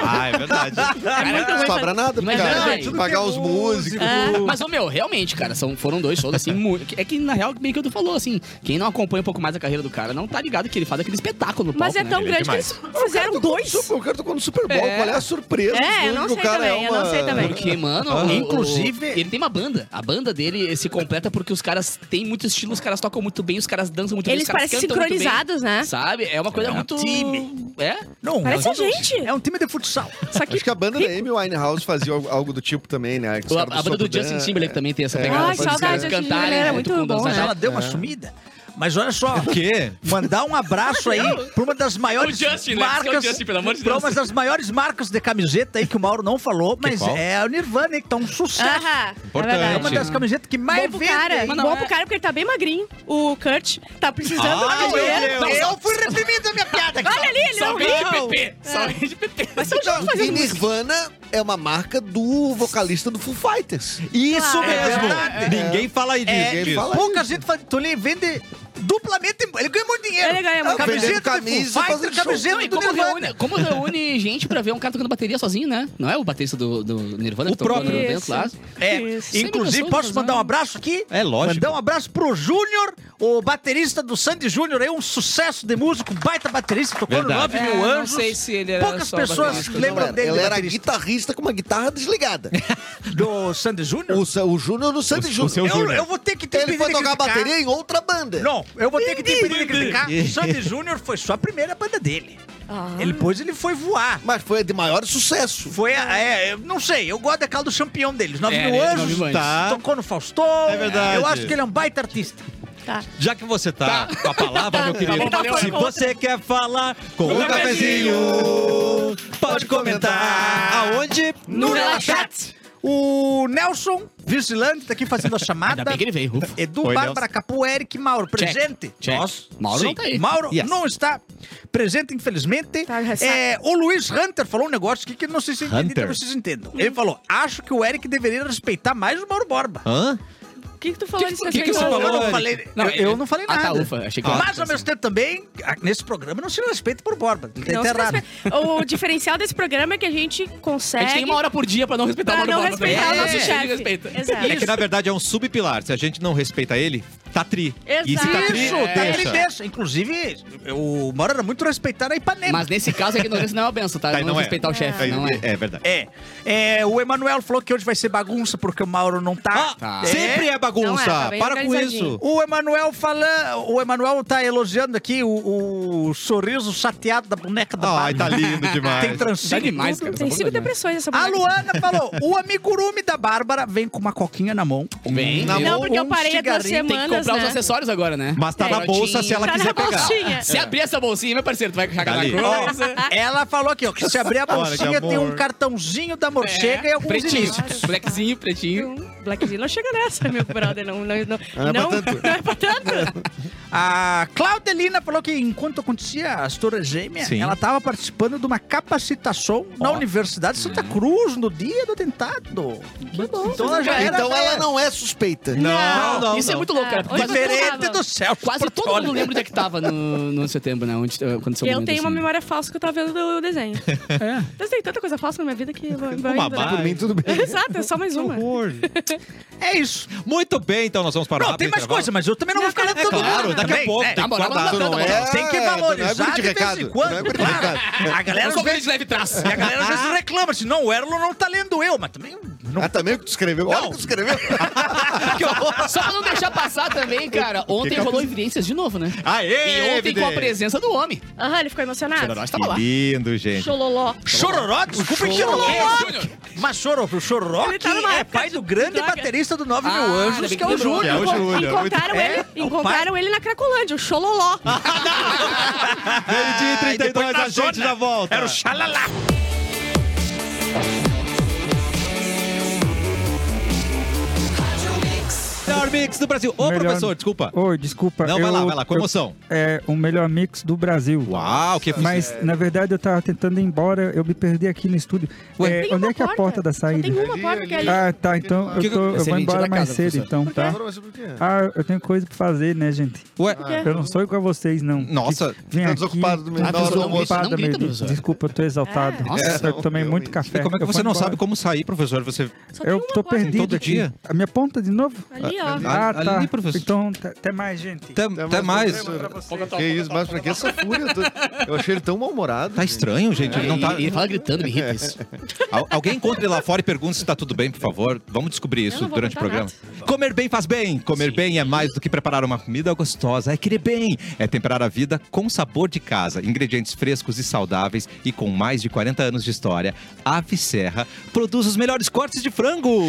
Speaker 4: Ah, é verdade.
Speaker 5: Não sobra nada,
Speaker 3: Mas
Speaker 5: cara.
Speaker 3: não,
Speaker 1: é
Speaker 3: um É. velho.
Speaker 5: Tem que pagar os músicos.
Speaker 2: Ah.
Speaker 3: Mas, ô, meu, realmente, cara, são, foram dois shows, assim, muito... É que, na real, bem que tu falou, assim, quem não acompanha um pouco mais a carreira do cara não tá ligado que ele faz aquele espetáculo no
Speaker 2: Mas é
Speaker 3: palco,
Speaker 2: tão
Speaker 3: né?
Speaker 2: grande que eles fizeram dois.
Speaker 5: Super- O cara tocou no Super Bowl.
Speaker 3: É.
Speaker 5: Qual é a surpresa?
Speaker 2: É, eu não
Speaker 5: do
Speaker 2: sei
Speaker 5: cara
Speaker 2: também,
Speaker 5: é
Speaker 2: eu não
Speaker 5: uma-
Speaker 2: sei também.
Speaker 3: Porque, mano,
Speaker 1: Aham.
Speaker 3: o-
Speaker 1: Inclusive-
Speaker 3: Ele tem uma banda. A banda dele se completa porque os caras tem muito estilo, os caras tocam muito bem, os caras dançam muito
Speaker 2: Eles
Speaker 3: bem, os caras
Speaker 2: parecem
Speaker 3: cantam muito bem,
Speaker 2: sincronizados, né?
Speaker 3: Sabe? É uma coisa
Speaker 1: um
Speaker 3: muito...
Speaker 1: time.
Speaker 3: É?
Speaker 1: Não,
Speaker 2: Parece
Speaker 1: é
Speaker 2: a gente.
Speaker 1: É um time de futsal.
Speaker 2: Só que
Speaker 5: Acho que a banda da Amy Winehouse fazia algo algo do tipo também, né? Os
Speaker 3: A, a
Speaker 5: caras
Speaker 3: banda do
Speaker 5: Sopro
Speaker 3: Justin
Speaker 5: Dan,
Speaker 3: Timberlake também tem essa
Speaker 5: é,
Speaker 3: pegada.
Speaker 5: Ai,
Speaker 3: Os caras
Speaker 5: saudade,
Speaker 2: Ah, Justin
Speaker 3: cantarem
Speaker 2: Timberlake, era
Speaker 3: junto
Speaker 2: muito
Speaker 3: com
Speaker 2: bom, né?
Speaker 1: Mas
Speaker 3: dançar.
Speaker 1: ela deu uma sumida. Mas olha só,
Speaker 3: É
Speaker 4: O quê?
Speaker 1: mandar um abraço aí pra uma das maiores
Speaker 3: O Justin, né?
Speaker 1: marcas.
Speaker 3: Diz que é o Justin, pelo amor de
Speaker 1: pra
Speaker 3: Deus.
Speaker 1: uma das maiores marcas de camiseta aí que o Mauro não falou, mas
Speaker 4: qual?
Speaker 1: é o Nirvana, hein, que tá um sucesso.
Speaker 2: Aham,
Speaker 4: Importante.
Speaker 2: É
Speaker 1: É uma
Speaker 2: verdade.
Speaker 1: das camisetas que mais
Speaker 2: bom pro
Speaker 1: vende.
Speaker 2: cara.
Speaker 1: hein?
Speaker 3: Mas não
Speaker 2: bom
Speaker 3: é-
Speaker 2: pro cara porque ele tá bem magrinho. O Kurt tá precisando
Speaker 4: Ai,
Speaker 2: do
Speaker 4: meu
Speaker 2: dinheiro.
Speaker 4: Deus.
Speaker 1: É. Eu fui reprimido a minha piada. aqui.
Speaker 2: Olha ali, ele é não
Speaker 3: Salve de
Speaker 2: riu.
Speaker 1: É.
Speaker 3: PT! Salve de PT!
Speaker 2: Mas são juntos
Speaker 7: E
Speaker 5: Então,
Speaker 2: fazendo música.
Speaker 7: Nirvana é uma marca do vocalista do Foo Fighters.
Speaker 4: Isso
Speaker 2: Claro.
Speaker 4: mesmo!
Speaker 1: É.
Speaker 4: Ninguém fala aí disso.
Speaker 7: Ninguém
Speaker 4: disso.
Speaker 7: fala
Speaker 1: Pouca gente faz. Então ele vende duplamente. Ele ganha muito dinheiro. Tá
Speaker 2: Ele ganha muito
Speaker 1: Camiseta
Speaker 7: dinheiro.
Speaker 1: do Foo
Speaker 7: Vendendo camisa,
Speaker 1: Fighters,
Speaker 7: fazendo show.
Speaker 1: camiseta
Speaker 3: Não, e
Speaker 1: do
Speaker 3: como
Speaker 1: Nirvana.
Speaker 3: reúne, como reúne gente pra ver um cara tocando bateria sozinho, né? Não é o baterista do, do Nirvana
Speaker 4: O
Speaker 3: que tocou
Speaker 4: próprio.
Speaker 3: no evento lá.
Speaker 1: É,
Speaker 2: Isso.
Speaker 3: Sempre
Speaker 1: inclusive,
Speaker 3: gostou
Speaker 1: posso
Speaker 3: de
Speaker 1: mandar um
Speaker 3: usar.
Speaker 1: abraço aqui?
Speaker 4: É, lógico.
Speaker 1: Mandar um abraço pro Júnior, o baterista do Sandy Júnior, aí um sucesso de músico, um baita baterista, tocou
Speaker 4: Verdade.
Speaker 1: no Love Mil
Speaker 3: É, não
Speaker 1: Anjos.
Speaker 3: sei se ele era
Speaker 1: Poucas
Speaker 3: só
Speaker 1: pessoas
Speaker 3: baterista,
Speaker 1: lembram
Speaker 7: Não era.
Speaker 1: dele,
Speaker 7: Ela era
Speaker 1: baterista
Speaker 7: guitarrista com uma guitarra desligada.
Speaker 1: do Sandy Júnior.
Speaker 7: o, Sa- o Júnior no Sandy
Speaker 4: O- o seu
Speaker 7: Júnior.
Speaker 1: Eu,
Speaker 4: Júnior.
Speaker 1: eu vou ter que te
Speaker 7: Ele
Speaker 1: impedir
Speaker 7: foi
Speaker 1: de
Speaker 7: tocar
Speaker 1: criticar.
Speaker 7: bateria em outra banda.
Speaker 1: Não, eu vou ter que te impedir de criticar.
Speaker 4: Entendi.
Speaker 1: O Sandy Júnior foi só a primeira banda dele.
Speaker 2: Ah.
Speaker 1: Ele, depois ele foi voar.
Speaker 7: Mas foi de maior sucesso.
Speaker 1: Foi, a- é, eu não sei, eu gosto daquela do campeão deles, Nove
Speaker 3: É,
Speaker 1: Mil
Speaker 3: né,
Speaker 1: Anjos,
Speaker 3: Nove Mil Anjos.
Speaker 4: Tá.
Speaker 1: tocou no Faustão.
Speaker 4: É verdade.
Speaker 1: Eu acho que ele é um baita artista. Então
Speaker 2: Tá.
Speaker 4: Já que você tá, com a palavra, meu querido,
Speaker 2: bom,
Speaker 1: tá
Speaker 2: valeu.
Speaker 4: se você quer falar com um cafezinho, pode comentar. Aonde?
Speaker 1: No
Speaker 2: Relaxat.
Speaker 1: O Nelson Vigilante tá aqui fazendo a chamada.
Speaker 3: Ainda bem que ele veio. ufa.
Speaker 1: Edu,
Speaker 4: Oi,
Speaker 1: Bárbara, Capu, Eric, Mauro,
Speaker 3: Check,
Speaker 1: presente.
Speaker 3: check. Mauro não tá aí.
Speaker 1: Mauro
Speaker 4: Yes.
Speaker 1: não está presente, infelizmente.
Speaker 2: Tá, já
Speaker 1: É, o Luiz Hunter falou um negócio aqui que não sei se eu entendi,
Speaker 4: Hunter.
Speaker 1: talvez vocês entendam. Ele falou, acho que o Eric deveria respeitar mais o Mauro Borba.
Speaker 4: Hã?
Speaker 2: É. O que, que tu falou
Speaker 3: Que-
Speaker 2: desse
Speaker 3: que que
Speaker 2: respeito?
Speaker 4: você
Speaker 1: eu
Speaker 4: falou?
Speaker 1: não
Speaker 4: Eric.
Speaker 1: falei,
Speaker 3: Não,
Speaker 1: eu, eu não falei
Speaker 3: Ah,
Speaker 1: nada.
Speaker 3: tá, ufa, achei que eu-
Speaker 1: Mas ao mesmo tempo também, a- nesse programa não se respeita por Borba. Ele tá
Speaker 2: Não se
Speaker 1: enterrado.
Speaker 2: respeita. O diferencial desse programa é que a gente
Speaker 3: A
Speaker 2: consegue.
Speaker 3: gente tem uma hora por dia pra não respeitar
Speaker 2: Pra
Speaker 3: o Mauro
Speaker 2: não
Speaker 3: Borba.
Speaker 2: respeitar
Speaker 1: o nosso
Speaker 3: É,
Speaker 2: chefe.
Speaker 3: respeita.
Speaker 2: Exato.
Speaker 4: É que na verdade é um subpilar. Se a gente não respeita ele, tá tri. E se tá tri,
Speaker 1: Isso, tá
Speaker 4: deixa.
Speaker 1: ele deixa. Inclusive, o Mauro era muito respeitado na Ipanema.
Speaker 3: Mas nesse caso, a ignorância não é uma benção, tá?
Speaker 4: Tá,
Speaker 3: não,
Speaker 4: não é.
Speaker 3: respeitar o chefe, não é.
Speaker 4: É, verdade.
Speaker 1: É. É, o Emanuel falou que hoje vai ser bagunça porque o Mauro não tá.
Speaker 4: Ah, Sempre é
Speaker 2: Não é,
Speaker 4: bagunça.
Speaker 2: tá bem
Speaker 4: Para com
Speaker 2: organizadinho.
Speaker 4: isso.
Speaker 1: O Emanuel fala, o Emanuel tá elogiando aqui o, o sorriso chateado da boneca da
Speaker 4: Ai,
Speaker 1: Barbie.
Speaker 4: tá lindo
Speaker 1: Tem
Speaker 4: demais.
Speaker 3: Tá
Speaker 1: trancinha.
Speaker 3: demais, cara.
Speaker 2: Tem
Speaker 3: essa
Speaker 2: cinco
Speaker 3: porra, né?
Speaker 2: depressões essa
Speaker 1: A
Speaker 2: mulher.
Speaker 1: Luana falou, o amigurumi da Bárbara vem com uma coquinha na mão.
Speaker 3: Bem,
Speaker 4: Na
Speaker 3: eu-
Speaker 4: mão,
Speaker 2: Não, porque eu
Speaker 1: Um
Speaker 2: parei há duas
Speaker 1: cigarrinho,
Speaker 3: tem que
Speaker 2: semanas,
Speaker 3: comprar os
Speaker 2: né?
Speaker 3: acessórios agora, né?
Speaker 4: Mas tá na bolsa se ela
Speaker 2: Tá
Speaker 4: quiser
Speaker 2: na
Speaker 4: pegar.
Speaker 2: bolsinha.
Speaker 3: Se abrir essa bolsinha, meu parceiro, tu vai cagar
Speaker 4: Tá
Speaker 3: na
Speaker 4: ali.
Speaker 1: Ó,
Speaker 3: cruz.
Speaker 1: ela falou aqui, ó, que se abrir a
Speaker 4: Olha,
Speaker 1: bolsinha
Speaker 4: que
Speaker 1: tem um
Speaker 4: amor.
Speaker 1: cartãozinho da morcega e alguns
Speaker 3: É, pretinho.
Speaker 1: ilícitos.
Speaker 3: Blackzinho, pretinho.
Speaker 2: Blackzinho não chega nessa, meu brother. Não, não, não,
Speaker 7: é pra
Speaker 2: não,
Speaker 7: tanto.
Speaker 2: não é pra tanto.
Speaker 1: A Claudelina falou que enquanto acontecia a Estoura Gêmea,
Speaker 4: Sim.
Speaker 1: ela estava participando de uma capacitação na Universidade de
Speaker 4: Hum.
Speaker 1: Santa Cruz no dia do atentado. Que bom. Então ela já era.
Speaker 7: Então ela não é suspeita.
Speaker 4: Não, não,
Speaker 3: Isso é
Speaker 4: não.
Speaker 3: muito louco, cara. porque
Speaker 2: Ah,
Speaker 3: quase-
Speaker 1: Diferente do céu.
Speaker 3: Quase todo mundo lembra onde é que tava no, no setembro, né? Onde, quando seu
Speaker 2: Eu
Speaker 3: momento,
Speaker 2: tenho uma
Speaker 3: assim.
Speaker 2: memória falsa que eu tava vendo do desenho. Eu tenho tanta coisa falsa na minha vida que eu vou.
Speaker 4: Uma
Speaker 2: vou indo,
Speaker 1: Ah,
Speaker 4: barra.
Speaker 2: né?
Speaker 7: Por mim, tudo bem.
Speaker 2: Exato, é só mais uma.
Speaker 1: É isso.
Speaker 4: Muito bem, então nós vamos para o
Speaker 1: Não,
Speaker 4: rápido
Speaker 1: tem mais
Speaker 4: intervalo.
Speaker 1: coisa, mas eu também não vou ficar lendo
Speaker 4: É
Speaker 1: todo
Speaker 4: claro,
Speaker 1: mundo
Speaker 4: daqui a
Speaker 1: também,
Speaker 4: pouco
Speaker 1: né?
Speaker 4: tem
Speaker 3: Na
Speaker 4: que
Speaker 3: moral,
Speaker 4: guardar.
Speaker 3: não dá, não dá, não dá.
Speaker 1: Tem que
Speaker 7: É, não
Speaker 1: valorizar
Speaker 7: é
Speaker 1: de
Speaker 7: guri de
Speaker 1: vez em
Speaker 7: recado, não é
Speaker 1: quando.
Speaker 7: guri de
Speaker 1: claro. A galera
Speaker 3: Eu
Speaker 1: às
Speaker 3: sou
Speaker 1: vezes-
Speaker 3: grande leve traço.
Speaker 1: a galera às vezes reclama assim, não, o Erlon não tá lendo eu, mas também... Não,
Speaker 5: Tá
Speaker 7: Ah, também o que tu escreveu? Olha o que tu escreveu.
Speaker 5: Ah,
Speaker 3: Só pra não deixar passar também, cara. Ontem rolou evidências de novo, né?
Speaker 4: Aê,
Speaker 3: E ontem com a
Speaker 4: evidência.
Speaker 3: presença do homem.
Speaker 2: Aham, ele ficou emocionado.
Speaker 3: Chororó estava lá.
Speaker 4: Que lindo, tá gente.
Speaker 2: Xololó.
Speaker 1: Chororó, desculpa, que
Speaker 3: tá Júnior.
Speaker 1: Mas Chororó, o Chororó
Speaker 2: Ele
Speaker 1: que
Speaker 2: tá numa
Speaker 1: é
Speaker 2: época
Speaker 1: pai
Speaker 2: de-
Speaker 1: do grande
Speaker 2: de droga.
Speaker 1: baterista do Nove Mil
Speaker 3: Ah, ainda
Speaker 1: Anjos,
Speaker 3: bem
Speaker 1: que
Speaker 3: que
Speaker 1: é o
Speaker 3: lembrou.
Speaker 4: É
Speaker 1: Júnior.
Speaker 4: o Júlio. muito-
Speaker 2: Encontraram
Speaker 1: É,
Speaker 2: ele,
Speaker 1: é o
Speaker 2: encontraram ele na Cracolândia, o Xololó.
Speaker 4: Meio-dia e
Speaker 1: Ah,
Speaker 4: 32, a gente já volta.
Speaker 1: Era o xalalá.
Speaker 2: É
Speaker 4: melhor mix do Brasil. Ô,
Speaker 8: Melhor-
Speaker 4: professor, desculpa.
Speaker 8: Oi, desculpa.
Speaker 4: Não, vai
Speaker 8: eu-
Speaker 4: lá, vai lá, com
Speaker 8: eu-
Speaker 4: emoção.
Speaker 8: é o melhor mix do Brasil.
Speaker 4: Uau, É. que
Speaker 8: Mas, na verdade, eu tava tentando ir embora, eu me perdi aqui no estúdio. É,
Speaker 2: Tem
Speaker 8: onde
Speaker 2: uma
Speaker 8: é que é a porta da saída?
Speaker 2: Só tem uma porta que é ali.
Speaker 8: Ah, tá, então
Speaker 4: Que-
Speaker 8: eu, tô- eu
Speaker 3: Essa é
Speaker 8: vou
Speaker 3: a
Speaker 8: embora
Speaker 3: mentira da
Speaker 8: mais
Speaker 3: casa,
Speaker 8: cedo,
Speaker 3: professor.
Speaker 8: então, tá?
Speaker 5: Agora, mas por quê?
Speaker 8: Ah, eu tenho coisa pra fazer, né, gente?
Speaker 4: Ué, é
Speaker 2: Ah.
Speaker 8: Eu não sou igual a vocês, não.
Speaker 4: Nossa,
Speaker 8: Que vem
Speaker 5: tá
Speaker 8: aqui,
Speaker 5: desocupado do meio
Speaker 8: tá
Speaker 5: da hora do
Speaker 8: desocupado
Speaker 3: almoço. Não
Speaker 8: do
Speaker 3: grita,
Speaker 8: meio-
Speaker 3: professor.
Speaker 8: Desculpa, eu tô
Speaker 2: É.
Speaker 8: exaltado.
Speaker 3: Nossa,
Speaker 8: eu
Speaker 5: não,
Speaker 8: tomei
Speaker 5: eu
Speaker 8: muito
Speaker 5: mesmo.
Speaker 8: café.
Speaker 4: como é que
Speaker 8: Eu
Speaker 4: você
Speaker 8: vou
Speaker 4: não
Speaker 8: embora.
Speaker 4: sabe como sair, professor? Você tá,
Speaker 2: Só tem
Speaker 8: Eu
Speaker 2: uma
Speaker 8: tô
Speaker 2: porta.
Speaker 8: perdido
Speaker 4: Todo
Speaker 8: aqui.
Speaker 4: dia?
Speaker 8: A minha ponta de novo?
Speaker 2: Ali, ó. acabou.
Speaker 8: Ah,
Speaker 4: Ali,
Speaker 8: tá.
Speaker 4: professor.
Speaker 8: Então, t- até mais, gente.
Speaker 4: Até, até tá mais.
Speaker 5: professor.
Speaker 8: Pra
Speaker 4: tá
Speaker 8: vocês.
Speaker 5: Que isso, mas pra que essa fúria? Eu achei ele tão mal-humorado.
Speaker 4: Tá
Speaker 5: gente.
Speaker 4: estranho, gente. Ele não tá...
Speaker 3: Ele fala gritando, me irrita isso.
Speaker 4: Al- Alguém encontre lá fora e pergunte se tá tudo bem, por favor. Vamos descobrir
Speaker 2: Eu
Speaker 4: isso
Speaker 2: não vou
Speaker 4: durante o
Speaker 2: contar
Speaker 4: programa. Comer bem faz bem. Comer bem é mais do que preparar uma comida gostosa. É querer bem. É temperar a vida com sabor de casa. Ingredientes frescos e saudáveis e com mais de 40 anos de história, Ave Serra produz os melhores cortes de frango.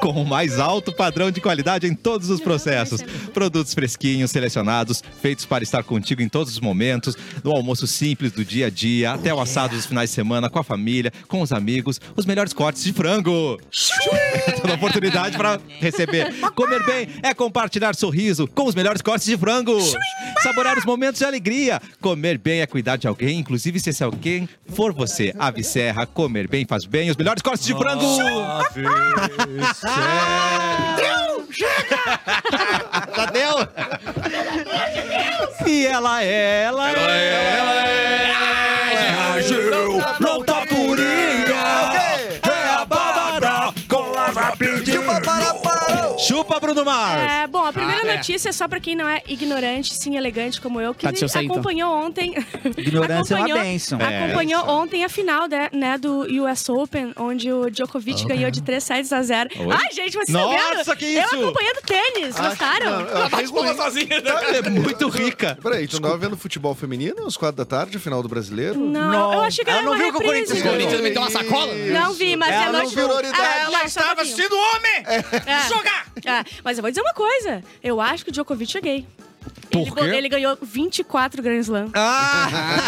Speaker 4: Com o mais alto padrão de qualidade em todos os processos. Produtos fresquinhos, selecionados, feitos para estar contigo em todos os momentos, do almoço simples do dia a dia, até o assado dos finais de semana, com a família, com os amigos, os melhores cortes de frango. Toda oportunidade para receber. Comer bem é compartilhar sorriso com os melhores cortes de frango. Saborear os momentos de alegria. Comer bem é cuidar de alguém, inclusive se esse alguém for você. Ave Serra, comer bem faz bem, os melhores cortes de frango.
Speaker 7: Já deu?
Speaker 4: E ela é, ela é, ela é. Reagiu, não tá purinha. É a Bárbara com a Chupa, Bruno Mars.
Speaker 2: É, bom, a primeira
Speaker 3: Ah, é.
Speaker 2: notícia é só pra quem não é ignorante, sim elegante como eu, que
Speaker 3: Tá, deixa eu sair, então.
Speaker 2: acompanhou ontem.
Speaker 1: Ignorância é uma
Speaker 2: acompanhou-
Speaker 1: bênção.
Speaker 4: É.
Speaker 2: Acompanhou ontem a final né, né, do US Open, onde o Djokovic ganhou de 3 sets a 0.
Speaker 4: Oi?
Speaker 2: Ai, gente, vocês
Speaker 4: Nossa,
Speaker 2: saberam?
Speaker 4: que isso?
Speaker 2: Eu acompanhando tênis,
Speaker 5: Não,
Speaker 2: gostaram?
Speaker 5: eu achei ruim.
Speaker 3: sozinha.
Speaker 4: Ela é muito rica.
Speaker 5: Peraí, tu não tava vendo futebol feminino às quatro da tarde, final do brasileiro?
Speaker 2: Não,
Speaker 1: Não.
Speaker 2: eu achei que era
Speaker 1: Ela não
Speaker 2: uma
Speaker 1: viu que o
Speaker 2: reprise.
Speaker 1: Corinthians
Speaker 3: O Corinthians meteu uma sacola?
Speaker 2: Não vi, mas
Speaker 5: Ela
Speaker 2: eu
Speaker 5: não
Speaker 2: acho-
Speaker 5: viu prioridade.
Speaker 2: Ah,
Speaker 1: É, Ela
Speaker 2: mas só um
Speaker 1: estava
Speaker 2: pouquinho.
Speaker 1: sendo homem!
Speaker 2: É.
Speaker 1: Jogar!
Speaker 2: Ah, mas eu vou dizer uma coisa. Eu acho que o Djokovic é gay.
Speaker 4: Por
Speaker 2: ele,
Speaker 4: quê?
Speaker 2: go- ele ganhou 24 Grand Slam.
Speaker 4: Ah!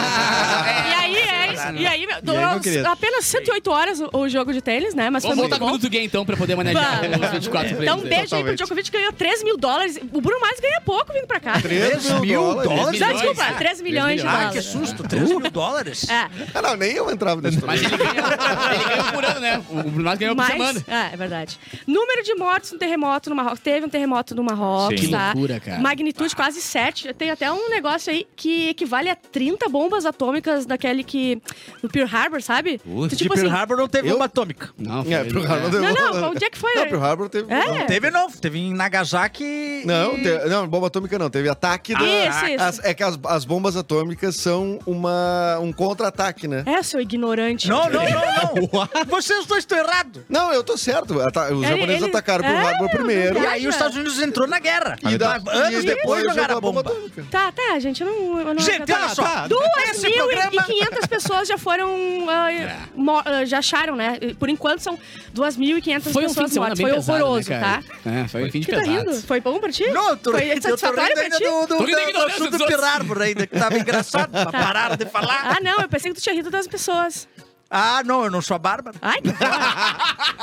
Speaker 2: E aí, é isso. E aí, meu,
Speaker 4: meu
Speaker 2: durou
Speaker 4: querido?
Speaker 2: apenas 108 horas o, o jogo de tênis, né? Mas
Speaker 3: Vamos
Speaker 2: foi
Speaker 3: voltar
Speaker 2: muito
Speaker 3: com o
Speaker 2: bom.
Speaker 3: Minuto Gay então pra poder manejar
Speaker 2: Vamos.
Speaker 3: os 24
Speaker 2: Então, um
Speaker 3: prêmios aí.
Speaker 2: beijo aí pro Djokovic, que ganhou 3 mil dólares. O Bruno Mars ganha pouco vindo pra cá.
Speaker 5: 3 mil
Speaker 3: dólares?
Speaker 5: dólares?
Speaker 2: Não, desculpa,
Speaker 3: milhões?
Speaker 2: 3 milhões de
Speaker 1: Ah, que
Speaker 2: dólares.
Speaker 1: susto! 3 mil dólares?
Speaker 2: Uh. É,
Speaker 5: Ah, não, nem eu entrava nesse
Speaker 3: Mas
Speaker 5: torneio.
Speaker 3: ele ganha, ele ganha por ano, né? O Bruno Mars ganhou por
Speaker 2: mas,
Speaker 3: semana.
Speaker 2: é, é verdade. Número de mortes no terremoto no Marrocos. Teve um terremoto no Marrocos,
Speaker 4: Sim. Que
Speaker 2: tá?
Speaker 3: loucura, cara.
Speaker 1: Ah.
Speaker 2: Magnitude quase 7. Tem até um negócio aí que equivale a 30 bombas atômicas daquele que... No Pearl Harbor, sabe? Então, tipo assim,
Speaker 4: Ui,
Speaker 2: Tu,
Speaker 1: De Pearl Harbor não teve
Speaker 5: Eu-
Speaker 1: uma atômica.
Speaker 3: Não, foi-
Speaker 5: É, pro Harbor teve
Speaker 2: Não, não,
Speaker 5: uma-
Speaker 2: onde é que foi?
Speaker 5: Não, pro Harbor teve.
Speaker 2: É?
Speaker 5: Não,
Speaker 1: Teve não, teve em Nagasaki.
Speaker 5: Não,
Speaker 1: e-
Speaker 5: te- não, bomba atômica não, teve ataque do.
Speaker 2: Isso, isso.
Speaker 5: As- é que as, as bombas atômicas são uma, um contra-ataque, né?
Speaker 2: É, seu ignorante.
Speaker 1: Não, não, não, não. Vocês dois estão errados.
Speaker 5: Não, eu tô certo. Ata- os
Speaker 2: Ele-
Speaker 5: japoneses
Speaker 2: ele-
Speaker 5: atacaram pro
Speaker 2: É,
Speaker 5: Harbor primeiro.
Speaker 1: E aí os Estados Unidos entrou na guerra.
Speaker 5: E
Speaker 3: tá.
Speaker 5: da-
Speaker 1: Mas anos
Speaker 5: e
Speaker 1: depois jogaram a bomba.
Speaker 5: atômica.
Speaker 2: Tá, tá, gente, eu não... Eu não
Speaker 1: Gente,
Speaker 2: eu-
Speaker 1: olha só.
Speaker 2: Duas
Speaker 1: Esse
Speaker 2: mil
Speaker 1: programa- É.
Speaker 2: e quinhentas pessoas já foram. ah, mo- ah, já acharam, né? Por enquanto são 2.500
Speaker 3: Foi um fim de
Speaker 2: pessoas
Speaker 3: semana
Speaker 2: mortas.
Speaker 3: bem
Speaker 2: Foi
Speaker 3: pesado,
Speaker 2: horroroso,
Speaker 3: né,
Speaker 2: tá?
Speaker 3: cara? É, foi um fim de
Speaker 2: Que tá
Speaker 3: pesado.
Speaker 2: rindo? Foi bom pra ti?
Speaker 1: Não, eu tô
Speaker 2: Foi
Speaker 1: eu tô
Speaker 2: satisfatório
Speaker 1: rindo
Speaker 2: pra
Speaker 1: ainda
Speaker 2: ti?
Speaker 1: do, do,
Speaker 3: Tô rindo da
Speaker 1: do,
Speaker 3: ignorância
Speaker 1: assunto
Speaker 3: dos
Speaker 1: do
Speaker 3: outros.
Speaker 1: Pearl Harbor ainda, que tava engraçado, mas pararam de falar.
Speaker 2: Ah, não, eu pensei que tu tinha rido das pessoas.
Speaker 1: Ah, não, eu não sou a Bárbara.
Speaker 2: Ai, que foda.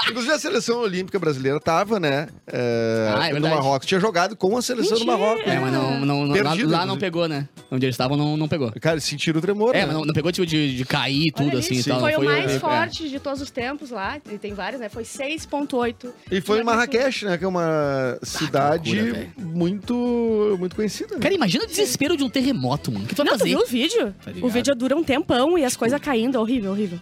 Speaker 5: Inclusive a seleção olímpica brasileira tava, né? É,
Speaker 3: Ah, é
Speaker 5: no
Speaker 3: verdade.
Speaker 5: Marrocos. Tinha jogado com a seleção
Speaker 2: Mentira.
Speaker 5: do Marrocos.
Speaker 3: É, mas não, não, não- lá,
Speaker 5: Perdido,
Speaker 3: lá não
Speaker 5: inclusive.
Speaker 3: pegou, né? Onde eles estavam, não, não pegou.
Speaker 5: Cara, sentiram o tremor.
Speaker 3: É,
Speaker 5: né?
Speaker 3: mas não, não pegou tipo de, de cair
Speaker 2: Olha
Speaker 3: tudo assim
Speaker 2: ali,
Speaker 3: e tal.
Speaker 2: Foi,
Speaker 3: não
Speaker 2: o mais
Speaker 3: é,
Speaker 2: forte de todos os tempos lá. E tem vários, né? Foi 6,8.
Speaker 5: E foi em
Speaker 2: Não acredito.
Speaker 5: Marrakech, né? Que é uma cidade
Speaker 3: Ah, loucura, velho.
Speaker 5: muito, muito conhecida.
Speaker 3: É.
Speaker 5: Né?
Speaker 3: Cara, imagina o desespero de um terremoto, mano. O que tu vai
Speaker 2: Não, tu
Speaker 3: fazer?
Speaker 2: viu o vídeo?
Speaker 3: Tá ligado.
Speaker 2: o vídeo dura um tempão e as coisas caindo. é Horrível, horrível.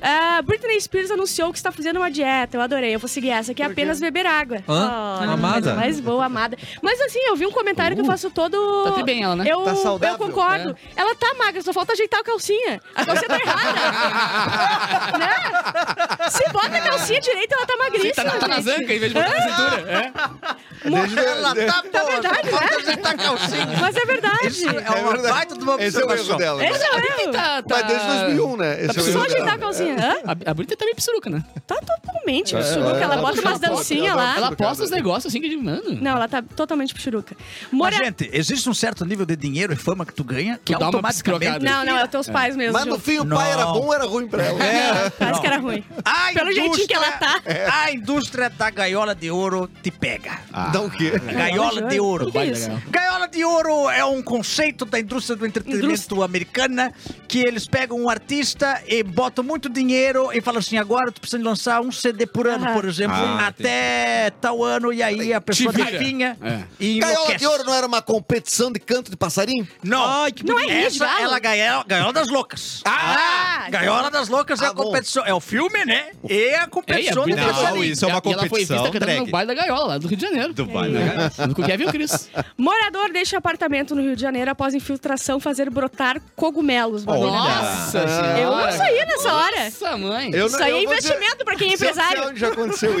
Speaker 2: Ah, Britney Spears anunciou que está fazendo uma dieta. Eu adorei. Eu vou seguir essa, que é apenas beber água.
Speaker 4: Hã?
Speaker 2: Olha,
Speaker 4: Amada?
Speaker 2: Mas é boa, amada. Mas assim, eu vi um comentário que eu faço todo...
Speaker 3: Tá tudo bem ela, né?
Speaker 2: Eu,
Speaker 7: Tá saudável?
Speaker 2: eu concordo. Ela tá magra, só falta ajeitar a calcinha. A calcinha tá errada. né? Se bota a calcinha direita, ela tá magríssima,
Speaker 3: Tá, na- tá na
Speaker 2: gente.
Speaker 3: zanca em vez de botar
Speaker 2: né?
Speaker 3: na cintura. É.
Speaker 5: Desde-
Speaker 1: Ela tá
Speaker 2: É
Speaker 1: boa.
Speaker 2: verdade, né?
Speaker 1: Tá calcinha.
Speaker 2: Mas é verdade.
Speaker 1: Isso é uma
Speaker 5: verdade.
Speaker 1: baita de uma
Speaker 5: Esse é o erro
Speaker 1: observação.
Speaker 5: dela. né?
Speaker 2: Esse é o erro.
Speaker 3: Tá, tá...
Speaker 5: Mas desde 2001, né? Esse é o
Speaker 2: Só
Speaker 5: erro
Speaker 2: ajeitar a
Speaker 5: dela.
Speaker 2: calcinha. Hã?
Speaker 3: A, a Brita tá meio psiruca, né?
Speaker 2: Tá totalmente
Speaker 5: ela-
Speaker 2: pichuruca. Ela
Speaker 5: ela
Speaker 2: bota
Speaker 5: tá
Speaker 2: umas
Speaker 5: pichuruca,
Speaker 2: dancinhas
Speaker 5: ela
Speaker 2: lá.
Speaker 3: Ela
Speaker 5: Psiruca,
Speaker 3: posta os
Speaker 5: né?
Speaker 3: negócios assim que de mano.
Speaker 2: Não, ela tá totalmente pichuruca.
Speaker 1: Mas,
Speaker 2: Mora...
Speaker 1: gente, existe um certo nível de dinheiro e fama que tu ganha que
Speaker 3: Tu dá uma
Speaker 1: automaticamente...
Speaker 3: psicrocada.
Speaker 2: Não, não, é os teus pais mesmo.
Speaker 7: Mas no
Speaker 2: Ju.
Speaker 7: fim o
Speaker 1: Não.
Speaker 7: pai era bom ou era ruim pra ela?
Speaker 5: É.
Speaker 2: Parece que era ruim.
Speaker 1: A
Speaker 2: Pelo jeitinho que ela
Speaker 1: indústria-
Speaker 2: tá.
Speaker 1: A indústria da gaiola de ouro te pega.
Speaker 7: Ah.
Speaker 5: Dá o quê?
Speaker 1: Gaiola de ouro.
Speaker 2: Que que é isso?
Speaker 1: Gaiola de ouro é um conceito da indústria do entretenimento
Speaker 2: Indústria.
Speaker 1: americana que eles pegam um artista e botam muito dinheiro e falam assim: agora tu precisa lançar um CD por ano, por exemplo,
Speaker 4: Ah,
Speaker 1: até tal ano, e aí a pessoa
Speaker 3: vira.
Speaker 1: definha
Speaker 3: É.
Speaker 1: e
Speaker 7: Gaiola de
Speaker 1: enlouquece.
Speaker 7: Ouro não era uma competição de canto de passarinho?
Speaker 1: Não,
Speaker 2: Não é Rio de
Speaker 1: essa
Speaker 2: Galo?
Speaker 1: ela gaiola, gaiola das loucas.
Speaker 2: Ah,
Speaker 1: Gaiola das Loucas é
Speaker 7: Ah,
Speaker 1: a
Speaker 7: bom.
Speaker 1: competição. É o filme, né? E
Speaker 3: É,
Speaker 1: a
Speaker 3: e a
Speaker 1: competição de
Speaker 3: Bruna
Speaker 4: Não,
Speaker 3: Marquezine.
Speaker 1: passarinho.
Speaker 4: isso é uma
Speaker 3: E ela foi
Speaker 4: competição
Speaker 3: vista cantando
Speaker 4: drag.
Speaker 3: no baile da gaiola, lá do Rio de Janeiro.
Speaker 4: Do baile da Gaiola.
Speaker 3: Com o Kevin Cris.
Speaker 2: Morador deixa apartamento no Rio de Janeiro após infiltração fazer brotar cogumelos. Mano.
Speaker 4: Olha.
Speaker 3: Nossa senhora.
Speaker 2: Eu não saí nessa hora. Ah,
Speaker 3: Nossa, mãe.
Speaker 5: Eu não-
Speaker 2: Isso aí é
Speaker 5: eu vou dizer-
Speaker 2: investimento pra quem é
Speaker 5: Se eu sei
Speaker 2: empresário.
Speaker 5: onde já aconteceu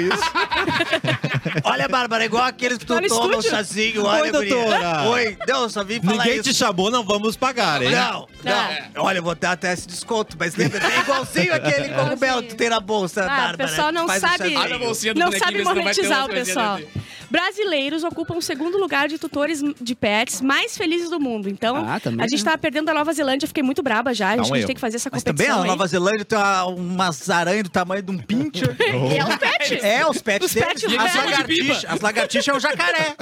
Speaker 5: isso. É
Speaker 1: Olha, Bárbara, é igual aqueles que tu
Speaker 2: Olha o
Speaker 1: toma um
Speaker 2: estúdio.
Speaker 1: chazinho. Olha,
Speaker 4: Oi,
Speaker 1: guria.
Speaker 4: doutora.
Speaker 1: Oi, não, só vim falar
Speaker 4: Ninguém
Speaker 1: isso.
Speaker 4: te chamou, não vamos pagar, hein?
Speaker 1: Não, não.
Speaker 2: É.
Speaker 1: Olha, eu vou dar até esse desconto, mas lembra, é igualzinho aquele cogumelo que tu tem na bolsa,
Speaker 2: Ah, o
Speaker 1: Bárbara.
Speaker 2: pessoal não
Speaker 1: Faz um
Speaker 2: sabe.
Speaker 1: chazinho.
Speaker 3: Olha a bolsinha do
Speaker 2: não
Speaker 3: bonequinho,
Speaker 2: sabe
Speaker 3: vê se não vai ter
Speaker 2: monetizar o
Speaker 3: umas coisinhas
Speaker 2: pessoal.
Speaker 3: dentro.
Speaker 2: Brasileiros ocupam o segundo lugar de tutores de pets mais felizes do mundo. Então,
Speaker 3: Ah, também,
Speaker 2: a gente
Speaker 3: né?
Speaker 2: tava perdendo a Nova Zelândia, fiquei muito braba já.
Speaker 4: Dá
Speaker 2: Acho
Speaker 4: um
Speaker 2: que a gente
Speaker 4: erro.
Speaker 2: tem que fazer essa
Speaker 1: Mas também é
Speaker 2: competição.
Speaker 1: a Nova
Speaker 2: aí.
Speaker 1: Zelândia tem uma- umas aranhas do tamanho de um pincher.
Speaker 2: E é os pets.
Speaker 1: É, os pets
Speaker 2: Os
Speaker 1: deles.
Speaker 2: pets velhos.
Speaker 1: as, lagartixas, as lagartixas é o jacaré.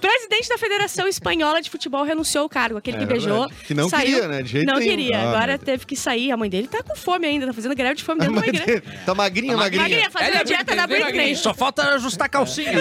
Speaker 2: Presidente da Federação Espanhola de Futebol renunciou ao cargo, aquele que beijou.
Speaker 5: É Que não
Speaker 2: saiu-
Speaker 5: queria, né? De jeito
Speaker 2: Não
Speaker 5: nenhum.
Speaker 2: queria.
Speaker 5: Ah,
Speaker 2: Agora
Speaker 5: meu Ah,
Speaker 2: teve que sair. A mãe dele tá com fome ainda, tá fazendo greve de fome dentro da igreja.
Speaker 7: Tá magrinha, magrinha.
Speaker 2: Magrinha, fazendo
Speaker 3: Ela é
Speaker 2: a dieta da
Speaker 3: Britney,
Speaker 2: Britney.
Speaker 1: Só falta ajustar a calcinha.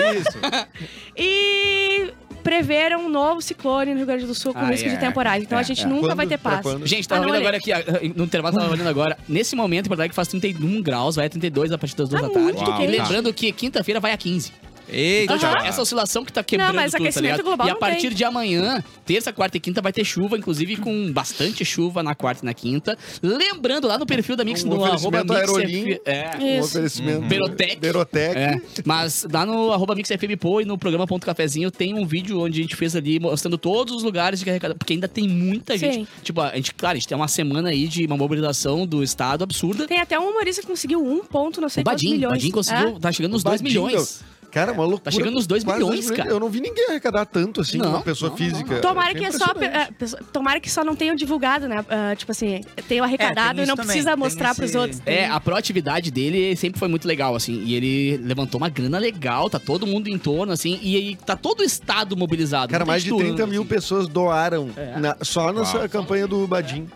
Speaker 2: E preveram um novo ciclone no Rio Grande do Sul com
Speaker 3: Ah,
Speaker 2: risco
Speaker 3: é,
Speaker 2: de temporais. Então
Speaker 3: é,
Speaker 2: a gente
Speaker 3: é.
Speaker 2: nunca
Speaker 5: Quando?
Speaker 2: vai ter
Speaker 5: Pra
Speaker 2: paz.
Speaker 5: quando?
Speaker 3: Gente, tava
Speaker 2: Ah, não,
Speaker 3: vendo
Speaker 2: olha
Speaker 3: agora aqui, ah, no intervalo tava olhando agora. Nesse momento, em Porto Alegre faz 31 graus, vai é a 32 a partir das 2
Speaker 2: Tá
Speaker 3: da tarde.
Speaker 2: muito
Speaker 3: e
Speaker 2: quente.
Speaker 3: lembrando que quinta-feira vai a 15.
Speaker 4: Eita!
Speaker 3: Então, tipo, essa oscilação que tá quebrando
Speaker 2: Não, mas
Speaker 3: tudo, tá
Speaker 2: aquecimento
Speaker 3: ligado?
Speaker 2: global
Speaker 3: E a
Speaker 2: não
Speaker 3: partir
Speaker 2: tem.
Speaker 3: de amanhã, terça, quarta e quinta, vai ter chuva, inclusive com bastante chuva na quarta e na quinta. Lembrando, lá no perfil da Mix,
Speaker 5: Um
Speaker 3: no arroba
Speaker 5: oferecimento
Speaker 3: Mix
Speaker 5: Aerolim.
Speaker 3: F- É.
Speaker 5: Um
Speaker 2: Isso. Hum.
Speaker 5: oferecimento.
Speaker 3: Berotec.
Speaker 5: Berotec.
Speaker 3: É, mas lá no arroba MixFMPO e no programa Ponto Cafezinho tem um vídeo onde a gente fez ali mostrando todos os lugares que arrecada, porque ainda tem muita gente.
Speaker 2: Sim.
Speaker 3: Tipo, a gente, claro, a gente tem uma semana aí de uma mobilização do Estado absurda.
Speaker 2: Tem até um humorista que conseguiu um ponto, não sei
Speaker 3: O
Speaker 2: quantos
Speaker 3: Badin,
Speaker 2: milhões. É.
Speaker 3: Badin conseguiu, tá chegando nos 2
Speaker 5: Badin,
Speaker 3: milhões.
Speaker 5: Cara, é uma loucura.
Speaker 3: Tá chegando nos 2
Speaker 5: Quase dois
Speaker 3: milhões, cara.
Speaker 5: Eu não vi ninguém arrecadar tanto assim
Speaker 3: Não,
Speaker 5: com uma pessoa
Speaker 3: não, não,
Speaker 5: física.
Speaker 3: não.
Speaker 2: É. Tomara
Speaker 5: Achei
Speaker 2: que, é só,
Speaker 5: impressionante.
Speaker 2: é, pessoa- tomara que só não tenham divulgado, né? Ah, tipo assim, tenham arrecadado
Speaker 1: tem
Speaker 2: e não
Speaker 1: isso
Speaker 2: precisa
Speaker 1: também, tem
Speaker 2: mostrar
Speaker 1: esse-
Speaker 2: pros outros.
Speaker 3: É, a proatividade dele sempre foi muito legal, assim. E ele levantou uma grana legal, tá todo mundo em torno, assim. E, aí tá todo o Estado mobilizado.
Speaker 5: Cara,
Speaker 3: não tem
Speaker 5: mais de
Speaker 3: turno,
Speaker 5: 30 mil
Speaker 3: assim.
Speaker 5: pessoas doaram
Speaker 2: É.
Speaker 5: na- só nessa campanha do Badim.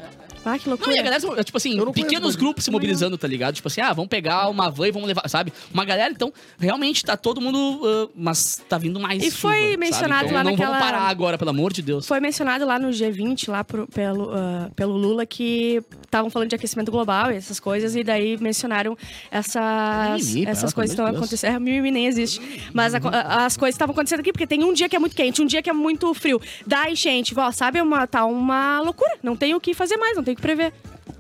Speaker 2: Ah, que
Speaker 3: Não, e a
Speaker 2: loucura.
Speaker 3: galera, tipo assim,
Speaker 5: Eu não conheço
Speaker 3: pequenos
Speaker 5: Brasil.
Speaker 3: grupos se mobilizando, tá ligado? Tipo assim, ah, vamos pegar uma van e vamos levar, sabe? Uma galera, então, realmente tá todo mundo. ah, mas tá vindo mais.
Speaker 2: E foi
Speaker 3: chuva, sabe?
Speaker 2: mencionado
Speaker 3: Então
Speaker 2: lá
Speaker 3: não
Speaker 2: naquela-
Speaker 3: vamos parar agora, pelo amor de Deus.
Speaker 2: Foi mencionado lá no G20, lá pro- pelo, ah, pelo Lula, que estavam falando de aquecimento global e essas coisas, e daí mencionaram essas,
Speaker 3: Mimimi,
Speaker 2: essas
Speaker 3: pelo
Speaker 2: coisas que
Speaker 3: amor
Speaker 2: estão
Speaker 3: de Deus.
Speaker 2: acontecendo. É, mimimi nem existe. Mas a co- a- as coisas estavam acontecendo aqui, porque tem um dia que é muito quente, um dia que é muito frio. Dá enchente, ó, sabe? é Uma, tá uma loucura. Não tem o que fazer mais, não tem o que prever.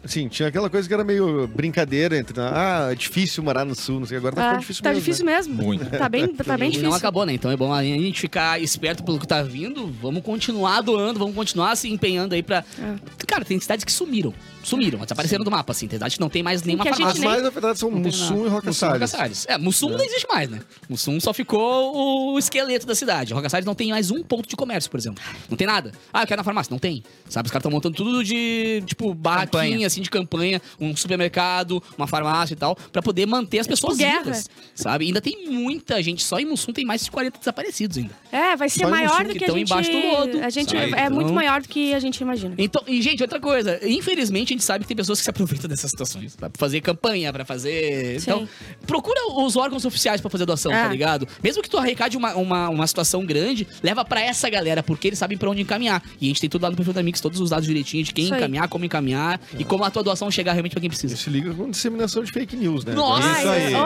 Speaker 5: Sim, tinha aquela coisa que era meio brincadeira entre. Ah, é difícil morar no sul, não sei. Agora tá
Speaker 2: Ah,
Speaker 5: ficando difícil
Speaker 2: tá
Speaker 5: mesmo.
Speaker 2: difícil
Speaker 5: né?
Speaker 2: mesmo.
Speaker 4: Muito.
Speaker 2: Tá bem, tá bem
Speaker 3: E não
Speaker 2: difícil.
Speaker 3: acabou, né? Então é bom a gente ficar esperto pelo que tá vindo. Vamos continuar doando, vamos continuar se empenhando aí pra.
Speaker 2: É.
Speaker 3: Cara, tem cidades que sumiram. Sumiram, desapareceram do mapa, assim. Tem cidades que não tem mais nenhuma
Speaker 2: que a gente né?
Speaker 3: farmácia.
Speaker 5: As mais afetadas são
Speaker 3: tem
Speaker 5: Mussum
Speaker 3: nada.
Speaker 5: e Roca
Speaker 3: Mussum
Speaker 5: Salles.
Speaker 3: Salles. É, Mussum não existe mais, né? Mussum só ficou o esqueleto da cidade. Roca Salles não tem mais um ponto de comércio, por exemplo. Não tem nada. Ah, eu quero na farmácia. Não tem. Sabe, os caras estão montando tudo de, tipo, barraquinha,
Speaker 1: Campanha.
Speaker 3: assim, de campanha. Um supermercado, uma farmácia e tal. Pra poder manter as pessoas
Speaker 2: guerra.
Speaker 3: vivas, sabe? Ainda tem muita gente. Só em Mussum tem mais de 40 desaparecidos ainda.
Speaker 2: É, vai ser
Speaker 3: Só em
Speaker 2: maior
Speaker 3: Mussum
Speaker 2: do
Speaker 3: que
Speaker 2: que a
Speaker 3: tão
Speaker 2: gente...
Speaker 3: embaixo do lodo,
Speaker 2: A gente
Speaker 3: sabe?
Speaker 2: é
Speaker 3: Então-
Speaker 2: muito maior do que a gente imagina.
Speaker 3: Então, e gente, outra coisa, infelizmente a gente sabe que tem pessoas que se aproveitam dessas situações, pra fazer campanha, pra fazer.
Speaker 2: Sim.
Speaker 3: Então, procura os órgãos oficiais pra fazer doação, tá
Speaker 2: Ah.
Speaker 3: ligado? Mesmo que tu arrecade uma, uma, uma situação grande, leva pra essa galera, porque eles sabem pra onde encaminhar. E a gente tem tudo lá no perfil da Mix, todos os dados direitinho de quem
Speaker 2: Isso aí.
Speaker 3: encaminhar, como encaminhar e como a tua doação chegar realmente pra quem precisa.
Speaker 5: Se liga com disseminação de fake news, né?
Speaker 3: Nossa!
Speaker 4: Isso aí.
Speaker 2: eu,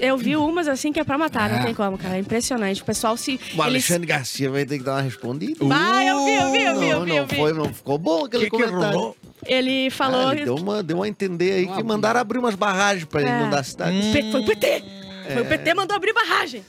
Speaker 2: eu vi umas assim que é pra matar, não tem como, cara. É impressionante. O pessoal se.
Speaker 7: O
Speaker 2: eles-
Speaker 7: Alexandre Garcia vai ter que dar uma respondida.
Speaker 2: Ah, eu vi, eu vi, eu vi, eu
Speaker 7: Não,
Speaker 2: vi.
Speaker 7: não
Speaker 2: eu vi.
Speaker 7: foi, não ficou bom aquele
Speaker 1: Que que
Speaker 7: comentário.
Speaker 1: rolou?
Speaker 2: Ele
Speaker 5: É,
Speaker 2: falou.
Speaker 7: Ah, ele deu, uma, deu uma entender aí
Speaker 3: Uma-
Speaker 7: que mandaram abrir umas barragens pra ele
Speaker 2: É.
Speaker 7: inundar a cidade.
Speaker 5: um
Speaker 2: P- Foi o PT! Foi o PT mandou abrir barragem.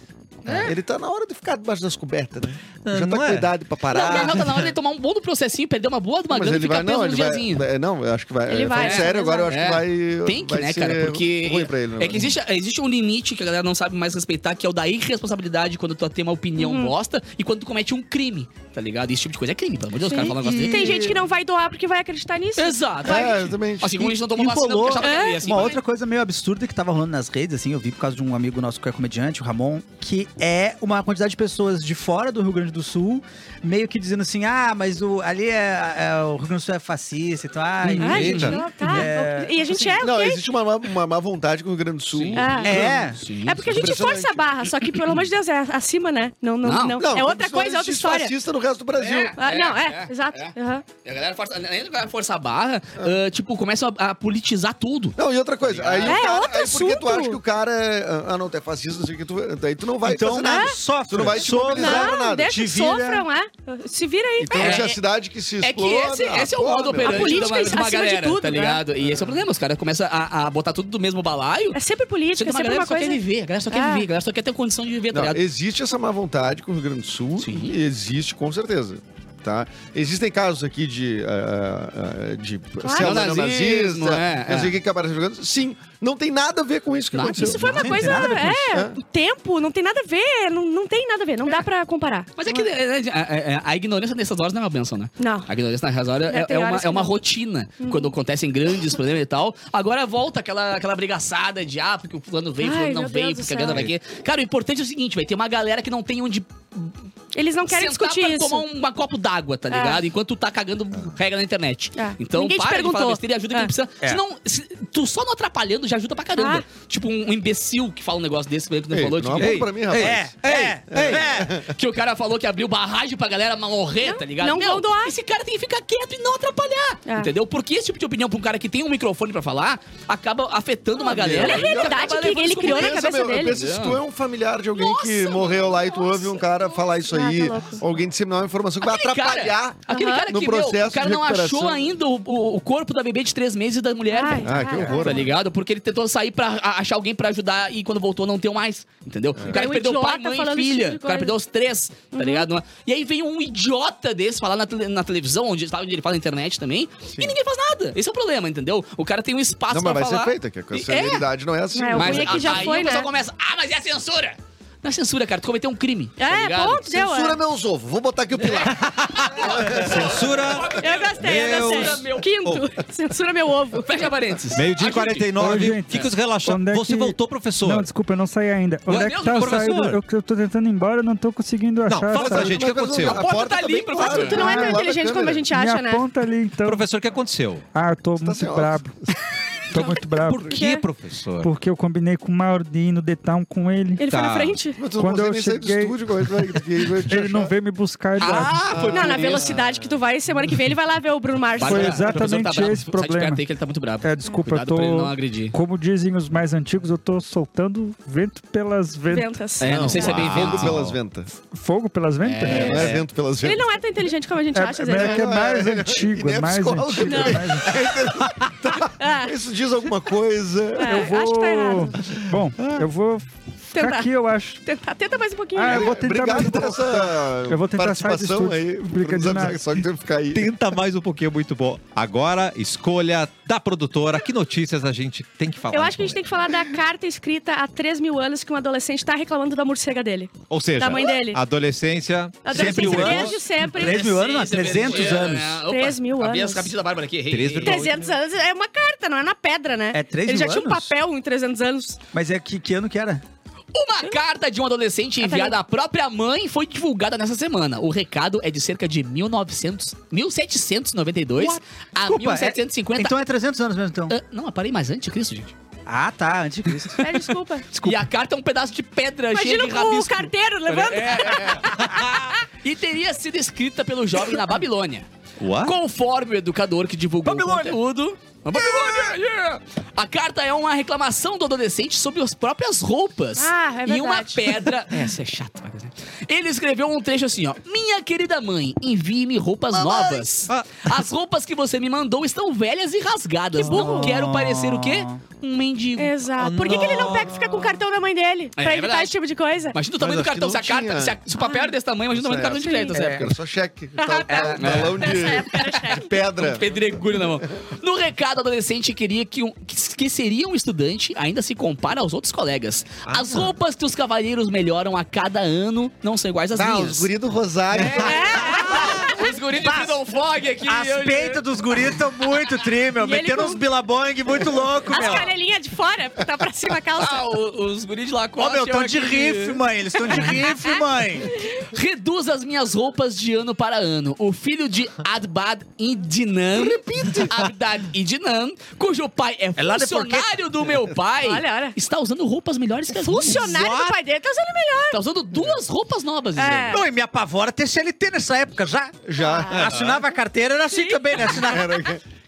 Speaker 7: Ele tá na hora de ficar debaixo das cobertas, né?
Speaker 1: Ah,
Speaker 7: Já tá
Speaker 1: não
Speaker 7: com
Speaker 1: é?
Speaker 7: idade pra
Speaker 3: Não,
Speaker 7: parar.
Speaker 3: não, não, tá na hora de tomar um bom do processinho, perder uma boa de uma
Speaker 5: Mas
Speaker 3: grana e
Speaker 5: ele
Speaker 3: ficar
Speaker 5: vai,
Speaker 3: preso uns
Speaker 5: não, ele vai,
Speaker 3: diazinhos.
Speaker 5: vai- Não, eu acho que vai.
Speaker 2: Ele
Speaker 5: é,
Speaker 2: vai,
Speaker 5: falando
Speaker 2: é,
Speaker 5: sério, agora eu acho
Speaker 3: né? exato.
Speaker 5: que vai.
Speaker 3: Tem que,
Speaker 5: vai
Speaker 3: né,
Speaker 5: ser
Speaker 3: cara? Porque.
Speaker 5: Ruim pra ele, né?
Speaker 3: é que existe, existe um limite que a galera não sabe mais respeitar, que é o da irresponsabilidade quando tu tem uma opinião
Speaker 2: Hum.
Speaker 3: bosta e quando tu comete um crime, tá ligado? Esse tipo de coisa é crime, pelo amor de Deus, o cara fala um negócio
Speaker 2: E
Speaker 3: dele.
Speaker 2: Tem gente que não vai doar porque vai acreditar nisso.
Speaker 3: Exato.
Speaker 5: É, exatamente.
Speaker 3: Assim como a gente não
Speaker 1: E
Speaker 3: tomou vacina
Speaker 1: rolou-
Speaker 3: porque achava que
Speaker 2: É,
Speaker 3: ia, assim.
Speaker 1: Uma outra coisa meio absurda que tava rolando nas redes, assim, eu vi por causa de um amigo nosso que é comediante, o Ramon, que
Speaker 9: é uma quantidade de pessoas de fora do Rio Grande do Sul, meio que dizendo assim, ah, mas o, ali é, é- o Rio Grande do Sul é fascista, então, ah,
Speaker 2: Ah,
Speaker 9: inglês,
Speaker 2: gente, não, tá. E a gente é o
Speaker 5: Não,
Speaker 2: quê?
Speaker 5: existe uma, má- uma má vontade com o Rio Grande do Sul.
Speaker 3: Assim, Sim.
Speaker 2: Ah.
Speaker 9: É.
Speaker 2: É porque a gente
Speaker 5: Impressionante.
Speaker 2: força a barra, só que, pelo amor de Deus, é acima, né? Não, não,
Speaker 3: Não.
Speaker 2: não.
Speaker 5: Não,
Speaker 2: é outra
Speaker 5: como
Speaker 2: coisa, é
Speaker 5: se
Speaker 2: outra
Speaker 5: existisse
Speaker 2: história.
Speaker 5: fascista no resto do Brasil.
Speaker 3: É.
Speaker 2: Ah, não, é,
Speaker 3: é,
Speaker 2: exato.
Speaker 3: é.
Speaker 2: aham.
Speaker 3: E a galera força, além da galera força a barra, ah, tipo, começa a, a politizar tudo.
Speaker 5: Não, e outra coisa. Aí, o
Speaker 2: É,
Speaker 5: cara,
Speaker 2: outro
Speaker 5: aí porque tu
Speaker 2: assunto.
Speaker 5: acha que o cara é. Ah, não, tu é fascista, não sei o que. Tu, daí tu não vai
Speaker 9: então
Speaker 5: fazer
Speaker 1: né? é?
Speaker 5: nada.
Speaker 9: sofre,
Speaker 5: Tu não vai te
Speaker 9: sofre.
Speaker 5: mobilizar. Não,
Speaker 2: Não,
Speaker 5: nada.
Speaker 2: deixa
Speaker 9: Te
Speaker 2: que
Speaker 9: vira.
Speaker 2: sofram, é. Se vira aí.
Speaker 5: Então
Speaker 3: É,
Speaker 5: hoje é a
Speaker 3: é-
Speaker 5: cidade que se
Speaker 3: É que
Speaker 5: explode.
Speaker 3: esse,
Speaker 5: ah,
Speaker 3: esse é o
Speaker 5: porra,
Speaker 3: modo
Speaker 5: meu.
Speaker 2: A
Speaker 3: operante de
Speaker 2: política
Speaker 3: uma, de uma
Speaker 2: acima de
Speaker 3: galera,
Speaker 2: tudo,
Speaker 3: tá
Speaker 2: né?
Speaker 3: ligado? E esse é o problema, os caras começam a, a botar tudo do mesmo balaio.
Speaker 2: É sempre política,
Speaker 3: Sendo
Speaker 2: é
Speaker 3: uma
Speaker 2: sempre
Speaker 3: galera
Speaker 2: uma
Speaker 3: que só quer
Speaker 2: coisa.
Speaker 3: viver, a galera só quer
Speaker 2: Ah.
Speaker 3: viver, a galera só quer ter condição de viver, tá
Speaker 5: Não,
Speaker 3: ligado?
Speaker 5: existe essa má vontade com o Rio Grande do Sul.
Speaker 3: Sim.
Speaker 5: e Existe, com certeza. Tá? Existem casos aqui de, ah, ah, de célula
Speaker 3: Neonazismo,
Speaker 5: neonazista,
Speaker 3: é,
Speaker 5: não sei
Speaker 3: é.
Speaker 5: o que, que aparece jogando. Sim, não tem nada a ver com isso que
Speaker 3: Nada.
Speaker 5: aconteceu.
Speaker 2: Isso foi uma
Speaker 9: Não,
Speaker 2: coisa.
Speaker 9: não tem nada a ver
Speaker 2: É,
Speaker 5: isso,
Speaker 2: o tempo, não tem nada a ver. Não, não tem nada a ver, não dá pra comparar.
Speaker 3: Mas é que né, a, a- a- a ignorância nessas horas não é uma benção, né?
Speaker 2: Não.
Speaker 3: A ignorância nessas horas
Speaker 2: É,
Speaker 3: é,
Speaker 2: tem
Speaker 3: é uma,
Speaker 2: horas que
Speaker 3: é uma
Speaker 2: não. Uhum.
Speaker 3: rotina. Quando acontecem grandes problemas e tal, agora volta aquela, aquela brigaçada de ah, porque o fulano veio, o
Speaker 2: Ai,
Speaker 3: fulano não
Speaker 2: meu
Speaker 3: veio,
Speaker 2: Deus do
Speaker 3: porque a
Speaker 2: céu.
Speaker 3: grana vai aqui. Cara, o importante é o seguinte, vai ter uma galera que não tem onde
Speaker 2: Eles não querem
Speaker 3: sentar
Speaker 2: discutir
Speaker 3: pra
Speaker 2: isso.
Speaker 3: tomar um uma copo d'água, tá
Speaker 2: É.
Speaker 3: ligado? Enquanto tu tá cagando regra na internet.
Speaker 2: É.
Speaker 3: Então
Speaker 2: Ninguém te
Speaker 3: para de falar
Speaker 2: perguntou.
Speaker 3: besteira e ajuda quem
Speaker 2: É.
Speaker 3: precisa.
Speaker 1: É.
Speaker 3: Senão, se- tu só não atrapalhando já ajuda pra caramba.
Speaker 2: Ah.
Speaker 3: Tipo um, um imbecil que fala um negócio desse, que nem
Speaker 5: Ei,
Speaker 3: falou,
Speaker 5: não
Speaker 3: tipo,
Speaker 5: aponta
Speaker 4: Ei,
Speaker 5: pra mim,
Speaker 4: ei,
Speaker 5: rapaz.
Speaker 1: É, é, é.
Speaker 3: que o cara falou que abriu barragem pra galera morrer, tá ligado?
Speaker 2: não vão doar.
Speaker 3: Esse cara tem que ficar quieto e não atrapalhar,
Speaker 2: É.
Speaker 3: entendeu? Porque esse tipo de opinião pra um cara que tem um microfone pra falar, acaba afetando uma galera.
Speaker 2: Olha a
Speaker 3: e acaba
Speaker 2: realidade que
Speaker 3: levando
Speaker 2: ele
Speaker 3: isso como
Speaker 2: criou né, na
Speaker 3: doença.
Speaker 2: cabeça
Speaker 5: meu,
Speaker 2: dele.
Speaker 5: Eu penso, se tu é um familiar de alguém que
Speaker 3: Nossa,
Speaker 5: morreu lá e tu
Speaker 3: nossa,
Speaker 5: ouve um cara falar isso
Speaker 2: Ah,
Speaker 5: aí,
Speaker 2: tá louco.
Speaker 5: alguém disseminar uma informação que vai
Speaker 3: Aquele cara-
Speaker 5: atrapalhar.
Speaker 3: aquele cara
Speaker 5: no
Speaker 3: que, meu,
Speaker 5: processo
Speaker 3: o cara
Speaker 5: de
Speaker 3: não achou
Speaker 5: recuperação.
Speaker 3: ainda o, o- o corpo da bebê de três meses e da mulher,
Speaker 2: Ai,
Speaker 3: velho.
Speaker 5: Ah, que
Speaker 2: cara.
Speaker 5: horror.
Speaker 3: Tá
Speaker 5: mano.
Speaker 3: ligado? Porque ele tentou sair pra a- achar alguém pra ajudar e quando voltou não deu mais. Entendeu? O cara
Speaker 2: É um
Speaker 3: que perdeu
Speaker 2: idiota
Speaker 3: pai, mãe e
Speaker 2: falando esse
Speaker 3: filha.
Speaker 2: tipo de
Speaker 3: o cara
Speaker 2: coisa. Uhum.
Speaker 3: perdeu os três, tá ligado? E aí vem um idiota desse falar na, tele- na televisão, onde, sabe, onde ele fala na internet também, e ninguém faz nada. Esse é o problema, entendeu? O cara tem um espaço
Speaker 5: Não, mas
Speaker 3: pra
Speaker 5: vai
Speaker 3: falar.
Speaker 5: ser feita, que a
Speaker 3: E-
Speaker 5: celeridade não é assim.
Speaker 2: Não, é o
Speaker 3: mas
Speaker 2: ruim é que
Speaker 3: a-
Speaker 2: já
Speaker 3: aí
Speaker 2: foi,
Speaker 3: o pessoal
Speaker 2: né?
Speaker 3: começa, ah, mas é a censura! Não é censura, cara, tu cometeu um crime. tá
Speaker 2: É,
Speaker 3: ligado?
Speaker 2: ponto, deu.
Speaker 7: Censura
Speaker 2: é.
Speaker 7: meus ovos. Vou botar aqui o pilar.
Speaker 4: Censura.
Speaker 2: Eu gostei, eu
Speaker 4: Deus.
Speaker 2: gostei. Quinto, censura meu ovo.
Speaker 3: Fecha parênteses.
Speaker 4: Meio-dia
Speaker 3: A
Speaker 4: e
Speaker 3: gente-
Speaker 4: 49.
Speaker 8: Ô, gente,
Speaker 4: Fica os relaxados.
Speaker 8: onde é
Speaker 4: Você
Speaker 8: que-
Speaker 4: voltou, professor.
Speaker 8: Não, desculpa, eu não saí ainda. Onde é,
Speaker 3: é
Speaker 8: que
Speaker 3: mesmo,
Speaker 8: tá a
Speaker 4: professor?
Speaker 8: saída? Eu, eu tô tentando ir embora, eu não tô conseguindo
Speaker 4: Não,
Speaker 8: achar. a
Speaker 4: fala pra
Speaker 8: saída.
Speaker 4: gente o que aconteceu.
Speaker 3: A porta tá ali,
Speaker 5: bem
Speaker 3: professor.
Speaker 5: clara.
Speaker 2: Tu não é
Speaker 5: Ah,
Speaker 2: tão
Speaker 5: lá da
Speaker 2: inteligente como
Speaker 5: câmera.
Speaker 2: a gente
Speaker 8: Me
Speaker 2: acha, né? tá
Speaker 8: aponta ali, então.
Speaker 4: Professor, o que aconteceu?
Speaker 8: Ah, eu tô
Speaker 5: sem
Speaker 8: muito
Speaker 5: óculos.
Speaker 8: brabo. tô muito brabo.
Speaker 4: Por que, professor?
Speaker 8: Porque eu combinei com o Maurdino, de Town com ele.
Speaker 2: Ele foi
Speaker 4: Tá.
Speaker 2: na frente?
Speaker 5: Mas tu não
Speaker 8: Quando
Speaker 5: consegue
Speaker 8: eu
Speaker 5: nem sair do
Speaker 8: cheguei-
Speaker 5: estúdio, como é que vai- que vai te
Speaker 8: Ele não
Speaker 5: achar?
Speaker 8: veio me buscar já.
Speaker 3: Ah, foi
Speaker 2: Não,
Speaker 3: por
Speaker 2: na
Speaker 3: isso.
Speaker 2: velocidade que tu vai, semana que vem ele vai lá ver o Bruno Mars.
Speaker 8: Foi
Speaker 3: Bárbara,
Speaker 8: exatamente
Speaker 3: o professor tá bravo,
Speaker 8: esse
Speaker 3: sai de
Speaker 8: problema.
Speaker 3: perto aí que ele tá muito bravo.
Speaker 8: É, desculpa,
Speaker 3: Cuidado
Speaker 8: eu tô.
Speaker 3: pra ele não agredir.
Speaker 8: Como dizem os mais antigos, eu tô soltando vento pelas ventas.
Speaker 2: Ventas.
Speaker 3: É, não, sei se é bem
Speaker 5: Fogo
Speaker 3: vento.
Speaker 5: pelas ventas.
Speaker 8: Fogo pelas ventas?
Speaker 3: É.
Speaker 5: Não é vento pelas
Speaker 2: Ele
Speaker 5: ventas.
Speaker 2: não é tão inteligente como a gente
Speaker 8: É,
Speaker 2: acha, às
Speaker 8: mas
Speaker 2: vezes.
Speaker 8: é que é
Speaker 2: né?
Speaker 8: mais
Speaker 5: Ele
Speaker 8: antigo,
Speaker 5: é
Speaker 8: é mais
Speaker 5: psicólogo.
Speaker 8: antigo. é mais antigo.
Speaker 2: Ah,
Speaker 5: Isso diz alguma coisa.
Speaker 2: é, Acho que tá errado. Ah.
Speaker 8: Bom, eu vou ficar
Speaker 2: Tentar.
Speaker 8: aqui, eu acho.
Speaker 2: Tenta, tenta mais um pouquinho.
Speaker 8: Ah, eu vou tentar mais
Speaker 5: Obrigado
Speaker 8: um
Speaker 5: por
Speaker 8: pouco.
Speaker 5: essa
Speaker 8: Eu vou tentar sair do
Speaker 5: participação
Speaker 8: estúdio.
Speaker 5: aí.
Speaker 8: Brinca de nada.
Speaker 5: Só que tem que ficar aí.
Speaker 4: Tenta mais um pouquinho, muito bom. Agora, escolha da produtora. Que notícias a gente tem que
Speaker 1: Tá
Speaker 4: falar?
Speaker 2: Eu acho que a
Speaker 1: então
Speaker 2: gente tem que falar da carta escrita há 3 mil anos que um adolescente tá reclamando da morcega dele.
Speaker 4: Ou seja,
Speaker 2: da mãe dele.
Speaker 4: adolescência, sempre
Speaker 2: Adolescente
Speaker 4: o ano.
Speaker 2: desde sempre.
Speaker 1: 3 mil anos, não, 300
Speaker 3: Né?
Speaker 1: anos.
Speaker 3: Opa,
Speaker 2: 3 mil
Speaker 3: abri
Speaker 2: anos.
Speaker 3: as cabeças da Bárbara aqui. errei,
Speaker 4: Três
Speaker 3: errei.
Speaker 4: vírgula
Speaker 2: 300 anos é uma carta, não é na pedra, né?
Speaker 1: né? É 3
Speaker 2: Ele já
Speaker 1: mil
Speaker 2: tinha um
Speaker 1: anos?
Speaker 2: papel em 300 anos.
Speaker 1: Mas é que, que ano que era?
Speaker 3: Uma carta de um adolescente
Speaker 2: Tá
Speaker 3: enviada à própria mãe foi divulgada nessa semana. O recado é de cerca de 1900, 1792 a
Speaker 2: Ah,
Speaker 1: Desculpa, é-
Speaker 3: 1750.
Speaker 1: Então é 300 anos mesmo, então.
Speaker 3: Ah, não, parei mais antes de Cristo, gente.
Speaker 1: Ah, tá, anticristo.
Speaker 2: É, desculpa.
Speaker 3: E a carta é um pedaço de pedra
Speaker 2: Imagina
Speaker 3: cheia de
Speaker 2: com o
Speaker 3: rabisco.
Speaker 2: carteiro levando.
Speaker 3: E teria sido escrita pelo jovem na Babilônia.
Speaker 4: What?
Speaker 3: Conforme o educador que divulgou
Speaker 1: Babilônia.
Speaker 3: o conteúdo. A Babilônia, yeah! A carta é uma reclamação do adolescente sobre as próprias roupas.
Speaker 2: Ah, é
Speaker 3: E uma
Speaker 2: verdade.
Speaker 3: pedra. Essa é chata, pra dizer. Ele escreveu um trecho assim, ó. Minha querida mãe, envie-me roupas novas.
Speaker 5: Ah.
Speaker 3: As roupas que você me mandou estão velhas e rasgadas. Não quero parecer o quê? Um mendigo.
Speaker 1: É.
Speaker 2: Exato. Por que, que ele não pega e fica com o cartão da mãe dele?
Speaker 3: É,
Speaker 2: pra
Speaker 3: é
Speaker 2: evitar
Speaker 3: verdade.
Speaker 2: esse tipo de coisa?
Speaker 3: Imagina o tamanho
Speaker 5: Mas
Speaker 3: do cartão.
Speaker 5: acho que
Speaker 3: Se,
Speaker 5: não
Speaker 3: a carta,
Speaker 5: tinha.
Speaker 3: se, a- se o papel era desse tamanho, imagina o tamanho do cartão de
Speaker 5: Sim.
Speaker 3: crédito nessa
Speaker 5: É,
Speaker 3: época.
Speaker 5: porque era só cheque. tá Tal- tal-
Speaker 3: é.
Speaker 5: Balão
Speaker 2: Nessa
Speaker 5: de,
Speaker 2: né? época era chefe.
Speaker 5: de pedra.
Speaker 3: pedregulho na mão. No recado, o adolescente queria que, um, que, que seria um estudante, ainda se compara aos outros colegas.
Speaker 1: Ah.
Speaker 3: As roupas que os
Speaker 4: Tá,
Speaker 3: cavaleiros melhoram a cada ano não são iguais às
Speaker 7: Ah,
Speaker 3: minhas.
Speaker 7: os guri do Rosário.
Speaker 3: É. Os guris de Freedom Fog aqui.
Speaker 1: As
Speaker 3: eu-
Speaker 1: peitas dos guris estão muito tri, meu.
Speaker 2: E ele
Speaker 1: Metendo
Speaker 2: com-
Speaker 1: uns bilabong muito louco,
Speaker 2: As
Speaker 1: meu.
Speaker 2: canelinhas de fora, porque tá pra cima a calça.
Speaker 3: Ah, o- os guris de
Speaker 1: Ó,
Speaker 3: Lacoste.
Speaker 1: meu,
Speaker 3: eu
Speaker 1: tão de
Speaker 3: aqui-
Speaker 1: riff, mãe. Eles estão de riff, mãe.
Speaker 3: Reduz as minhas roupas de ano para ano. O filho de Adbad Indinan. Repita! Adbad Indinan, cujo pai é,
Speaker 1: lá de
Speaker 3: funcionário do meu pai,
Speaker 2: Olha, olha.
Speaker 3: está usando roupas melhores que as minhas.
Speaker 2: Funcionário do pai dele tá usando melhor.
Speaker 3: Tá usando duas roupas novas,
Speaker 2: É.
Speaker 3: Isabel.
Speaker 1: Não, e me apavora ter CLT nessa época já. Ah.
Speaker 5: Já.
Speaker 1: Assinava a carteira, era assim também, né? Assinava.
Speaker 5: Era...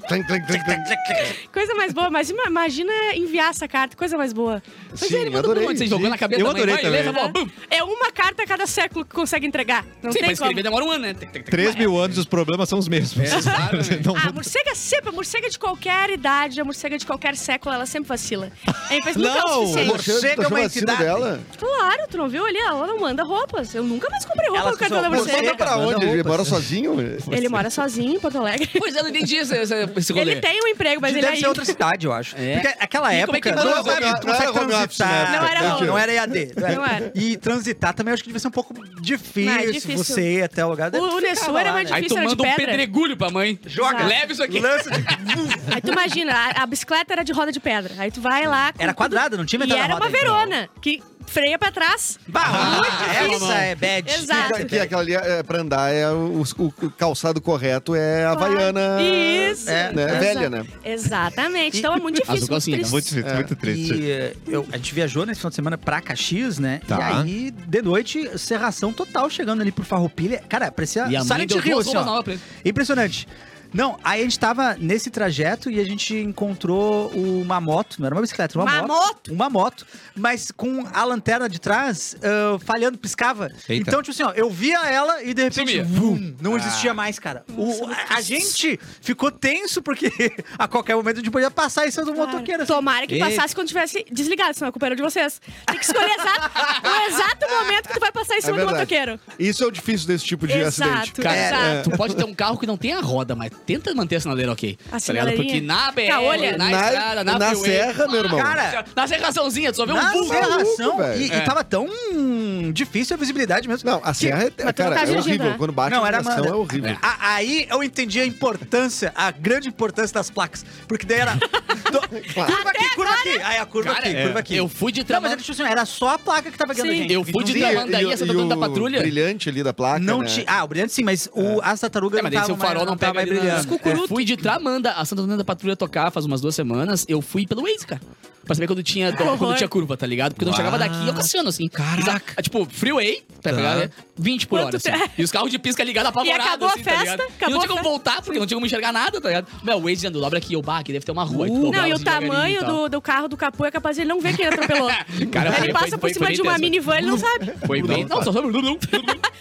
Speaker 5: Clank, clank, clank, clank.
Speaker 2: Coisa mais boa, mas ima- imagina enviar essa carta, coisa mais boa.
Speaker 3: Mas
Speaker 5: Sim,
Speaker 3: ele mandou
Speaker 5: adorei.
Speaker 3: pra onde? Você jogou na cabeça
Speaker 4: eu
Speaker 3: da mãe,
Speaker 4: adorei
Speaker 3: vai, lê,
Speaker 4: também.
Speaker 3: tá bom, bum.
Speaker 2: É uma carta a cada século que consegue entregar. Não
Speaker 3: Sim, pra
Speaker 2: tem como.
Speaker 3: escrever demora um ano, né? Tem- tem- tem-
Speaker 4: 3 mil anos os problemas são os mesmos. Então,
Speaker 1: um
Speaker 4: Não-
Speaker 2: Ah, morcega sempre, a morcega de qualquer idade, a morcega de qualquer século, ela sempre vacila. É, mas nunca é o
Speaker 4: Não,
Speaker 2: suficiente.
Speaker 1: amor. Chega
Speaker 5: Chega
Speaker 1: uma
Speaker 5: uma vacina
Speaker 1: entidade.
Speaker 5: tá dela.
Speaker 2: Claro, tu não viu ali? Ela não manda roupas. Eu nunca mais comprei roupa
Speaker 1: Ela
Speaker 2: no cartão
Speaker 1: só
Speaker 2: da
Speaker 1: manda
Speaker 2: morcega.
Speaker 5: Manda pra onde? Ele
Speaker 1: roupa,
Speaker 5: mora
Speaker 1: sim.
Speaker 5: sozinho?
Speaker 2: Ele mora sozinho em Porto Alegre.
Speaker 3: Pois é, eu não entendi esse, esse, esse rolê.
Speaker 2: Ele tem um emprego, mas ele
Speaker 1: Deve ser
Speaker 2: ainda...
Speaker 1: outra cidade, eu acho.
Speaker 3: É.
Speaker 1: Porque aquela
Speaker 3: E como é
Speaker 1: época
Speaker 3: que
Speaker 1: não,
Speaker 3: não
Speaker 1: era
Speaker 5: era
Speaker 1: tu consegue
Speaker 5: home office,
Speaker 1: transitar.
Speaker 5: né?
Speaker 2: Não era home.
Speaker 1: não era EAD.
Speaker 2: Não era.
Speaker 1: E transitar também acho que devia ser um pouco difícil,
Speaker 2: Não, é difícil.
Speaker 1: você ir até o lugar.
Speaker 2: O,
Speaker 1: Deve
Speaker 2: o
Speaker 1: ficar
Speaker 2: Nessu
Speaker 1: lá,
Speaker 2: era mais
Speaker 1: né?
Speaker 3: Aí
Speaker 2: difícil,
Speaker 3: tu
Speaker 2: era de
Speaker 3: manda um
Speaker 2: pedra.
Speaker 3: pedregulho pra mãe.
Speaker 1: Joga.
Speaker 3: Leva isso aqui.
Speaker 1: Lança de...
Speaker 2: Aí tu imagina, a, a bicicleta era de roda de pedra. Aí tu vai lá... com
Speaker 1: Era
Speaker 2: tudo-
Speaker 1: quadrada, não tinha
Speaker 2: E
Speaker 1: metade da
Speaker 2: era uma
Speaker 1: roda, então.
Speaker 2: verona, que freia pra trás.
Speaker 3: Ah,
Speaker 1: Bah,
Speaker 3: difícil.
Speaker 1: essa é bad.
Speaker 2: Exato.
Speaker 5: Que, que aquela ali é, pra andar é o, o calçado correto é a Havaiana.
Speaker 2: Isso.
Speaker 5: É, né?
Speaker 2: Exa-
Speaker 5: Velha, né?
Speaker 2: Exatamente. Então é muito
Speaker 3: Azul
Speaker 2: difícil.
Speaker 3: calcinha,
Speaker 2: muito
Speaker 4: Muito
Speaker 2: triste.
Speaker 4: difícil, muito triste.
Speaker 1: E eh, eu- a gente viajou nesse final de semana pra Caxias, né?
Speaker 4: Tá.
Speaker 1: E aí, de noite, serração total chegando ali por Farroupilha. Cara, parecia
Speaker 3: E a mãe
Speaker 1: Silent
Speaker 3: deu
Speaker 1: Hill,
Speaker 3: duas
Speaker 1: assim,
Speaker 3: roupas
Speaker 1: ó.
Speaker 3: novas pra ele.
Speaker 1: Impressionante. Não, aí a gente tava nesse trajeto e a gente encontrou uma moto, não era uma bicicleta, era uma,
Speaker 2: Uma
Speaker 1: moto. Uma moto, mas com a lanterna de trás ah, falhando, piscava.
Speaker 4: Eita.
Speaker 1: Então, tipo assim, ó, eu via ela e de repente,
Speaker 3: Sumia.
Speaker 1: vum,
Speaker 5: Ah.
Speaker 1: não existia mais, cara. O- a, a gente ficou tenso porque a qualquer momento a gente podia passar e ser do motoqueiro. assim.
Speaker 2: Tomara que passasse quando tivesse desligado, senão a culpa era de vocês. Tem que escolher exato, o exato momento que tu vai passar em cima do
Speaker 5: É verdade.
Speaker 2: motoqueiro.
Speaker 5: Isso é o difícil desse tipo de acidente.
Speaker 2: Exato,
Speaker 3: Cara,
Speaker 2: exato.
Speaker 3: tu pode ter um carro que não tem a roda, mas tenta manter a sinaleira ok.
Speaker 2: A
Speaker 3: Tá ligado? Porque
Speaker 2: sinaleirinha.
Speaker 3: na BR,
Speaker 2: Tá, olha.
Speaker 3: na,
Speaker 5: Na-
Speaker 3: estrada, na,
Speaker 5: na
Speaker 3: freeway-
Speaker 5: serra, meu irmão.
Speaker 1: Cara,
Speaker 3: Na serraçãozinha, tu só vê um
Speaker 1: na
Speaker 3: vulto.
Speaker 1: serração.
Speaker 5: velho.
Speaker 1: E, e
Speaker 3: É.
Speaker 1: tava tão difícil a visibilidade mesmo.
Speaker 5: Não, a serra é,
Speaker 2: não
Speaker 5: cara,
Speaker 2: tá
Speaker 5: é
Speaker 2: dirigindo,
Speaker 5: horrível.
Speaker 2: né?
Speaker 5: Quando bate
Speaker 1: Não,
Speaker 5: a
Speaker 1: era
Speaker 5: tração
Speaker 1: manda-
Speaker 5: é horrível.
Speaker 1: A- aí eu entendi a importância, a grande importância das placas. Porque daí era. do- Curva aqui, curva aqui. Aí a curva
Speaker 3: Cara, é,
Speaker 1: aqui, curva aqui.
Speaker 3: Eu fui de
Speaker 1: Não, mas
Speaker 3: trabalho.
Speaker 1: ele tinha assim, era só a placa que tava guiando a
Speaker 2: Sim.
Speaker 1: gente.
Speaker 3: Eu fui de
Speaker 1: Então,
Speaker 3: trabalho. Tramandaí, essa
Speaker 5: o
Speaker 3: tatuagem da patrulha?
Speaker 5: brilhante ali da placa,
Speaker 1: Não
Speaker 5: né?
Speaker 1: ti- Ah, o brilhante sim, mas o, as tartarugas
Speaker 3: É, mas
Speaker 1: não
Speaker 3: daí se o
Speaker 1: tavam mais-
Speaker 3: farol não,
Speaker 1: tava
Speaker 3: pega
Speaker 1: mais
Speaker 3: ali na...
Speaker 1: brilhando.
Speaker 3: Eu fui de Tramanda, a Santa Dona da Patrulha tocar faz umas duas semanas, eu fui pelo Waze, cara. Pra saber quando tinha, quando
Speaker 2: horror.
Speaker 3: tinha curva, tá ligado? Porque eu não chegava daqui, eu cassiano, assim. Caraca. tipo, freeway, tá ligado? É 20 por
Speaker 2: Quanto
Speaker 3: hora, assim.
Speaker 2: tempo?
Speaker 3: E os carros de pisca ligados apavorados,
Speaker 2: acabou a
Speaker 3: assim,
Speaker 2: festa,
Speaker 3: tá ligado? e
Speaker 2: acabou
Speaker 3: não
Speaker 2: a
Speaker 3: tinha como
Speaker 2: festa.
Speaker 3: voltar, porque não tinha como enxergar nada, tá ligado? Meu, o Waze dizendo, dobra aqui, eu bar, aqui deve ter uma rua. é tipo,
Speaker 2: Não, e o tamanho do, do carro do capô é capaz de ele não ver quem atropelou.
Speaker 3: então. Cara, foi-
Speaker 2: ele passa
Speaker 3: foi-
Speaker 2: por
Speaker 3: foi-
Speaker 2: cima
Speaker 3: foi
Speaker 2: de uma
Speaker 3: intenso.
Speaker 2: minivan, ele não sabe.
Speaker 3: Foi bem... Não, só sabe...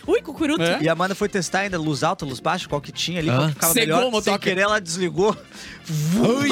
Speaker 2: Ui, cucuruto.
Speaker 3: É?
Speaker 1: E a Amanda foi testar ainda luz alta, luz baixa, qual que tinha ali, qual que ficava
Speaker 3: Cegou o
Speaker 1: melhor.
Speaker 3: motoca.
Speaker 1: Sem querer, ela desligou. Vui!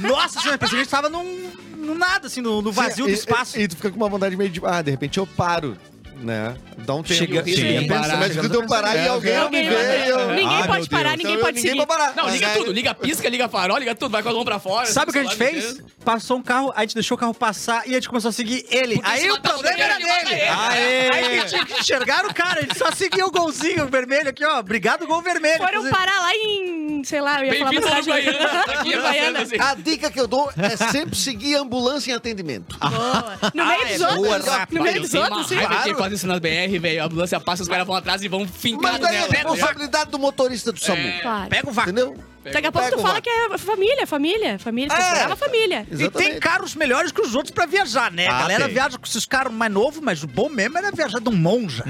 Speaker 1: Nossa senhora, pensei que a gente tava num, num nada, assim, no, no vazio
Speaker 5: Sim, é,
Speaker 1: do espaço.
Speaker 5: E, e, e tu fica com uma vontade meio de. Ah, de repente eu paro, né? Dá um tempo.
Speaker 1: Chega-
Speaker 5: Sim.
Speaker 3: chega a
Speaker 5: Pensa,
Speaker 3: parar,
Speaker 5: mas
Speaker 3: chega
Speaker 5: quando eu parar e alguém não me
Speaker 2: Alguém
Speaker 5: vê, eu.
Speaker 2: vai- ninguém
Speaker 4: Ah, meu
Speaker 2: pode parar,
Speaker 4: Deus.
Speaker 2: ninguém
Speaker 5: Então,
Speaker 2: pode
Speaker 5: ninguém
Speaker 2: seguir.
Speaker 5: vai parar.
Speaker 3: Não, liga
Speaker 5: Mas aí-
Speaker 3: tudo, liga pisca, liga farol, liga tudo, vai com a mão pra fora.
Speaker 1: Sabe o que a
Speaker 3: assim,
Speaker 1: gente
Speaker 3: celular no
Speaker 1: fez?
Speaker 3: dedo.
Speaker 1: Passou um carro, a gente deixou o carro passar e a gente começou a seguir ele.
Speaker 3: Porque se
Speaker 1: aí o
Speaker 3: matar o
Speaker 1: problema era
Speaker 3: motoqueiro, ele mata
Speaker 1: dele.
Speaker 3: ele.
Speaker 1: Aí a gente tinha que enxergar o cara, a gente só seguia o golzinho vermelho aqui, ó. Obrigado, gol vermelho.
Speaker 2: Foram
Speaker 1: Inclusive,
Speaker 2: parar lá em, sei lá, eu ia falar uma
Speaker 3: Bem-vindo ao
Speaker 2: cidade
Speaker 3: Uruguaiana. Tá aqui,
Speaker 2: Uruguaiana.
Speaker 3: Uruguaiana. assim.
Speaker 7: A dica que eu dou é sempre seguir ambulância em atendimento.
Speaker 2: Ah, Boa. No meio
Speaker 1: Ah,
Speaker 2: dos
Speaker 1: é boa,
Speaker 2: outros. No meio
Speaker 3: eu
Speaker 2: dos
Speaker 3: tenho
Speaker 2: outros,
Speaker 3: uma
Speaker 2: sim.
Speaker 3: raiva de quem faz isso na BR, velho. A ambulância passa, os caras vão atrás e vão fincar
Speaker 7: Mas daí é a
Speaker 3: nela. né?
Speaker 7: responsabilidade do motorista do SAMU.
Speaker 2: Claro.
Speaker 1: Pega o vácuo.
Speaker 7: Entendeu?
Speaker 2: Daqui a pouco
Speaker 7: pega
Speaker 2: tu
Speaker 7: o
Speaker 2: fala
Speaker 7: vácuo.
Speaker 2: que é família, família, família.
Speaker 7: É.
Speaker 2: É. família.
Speaker 1: E tem carros melhores que os outros pra viajar, né?
Speaker 4: Ah,
Speaker 1: a galera
Speaker 4: tem.
Speaker 1: viaja com esses carros mais novos, mas o bom mesmo era viajar de um monja.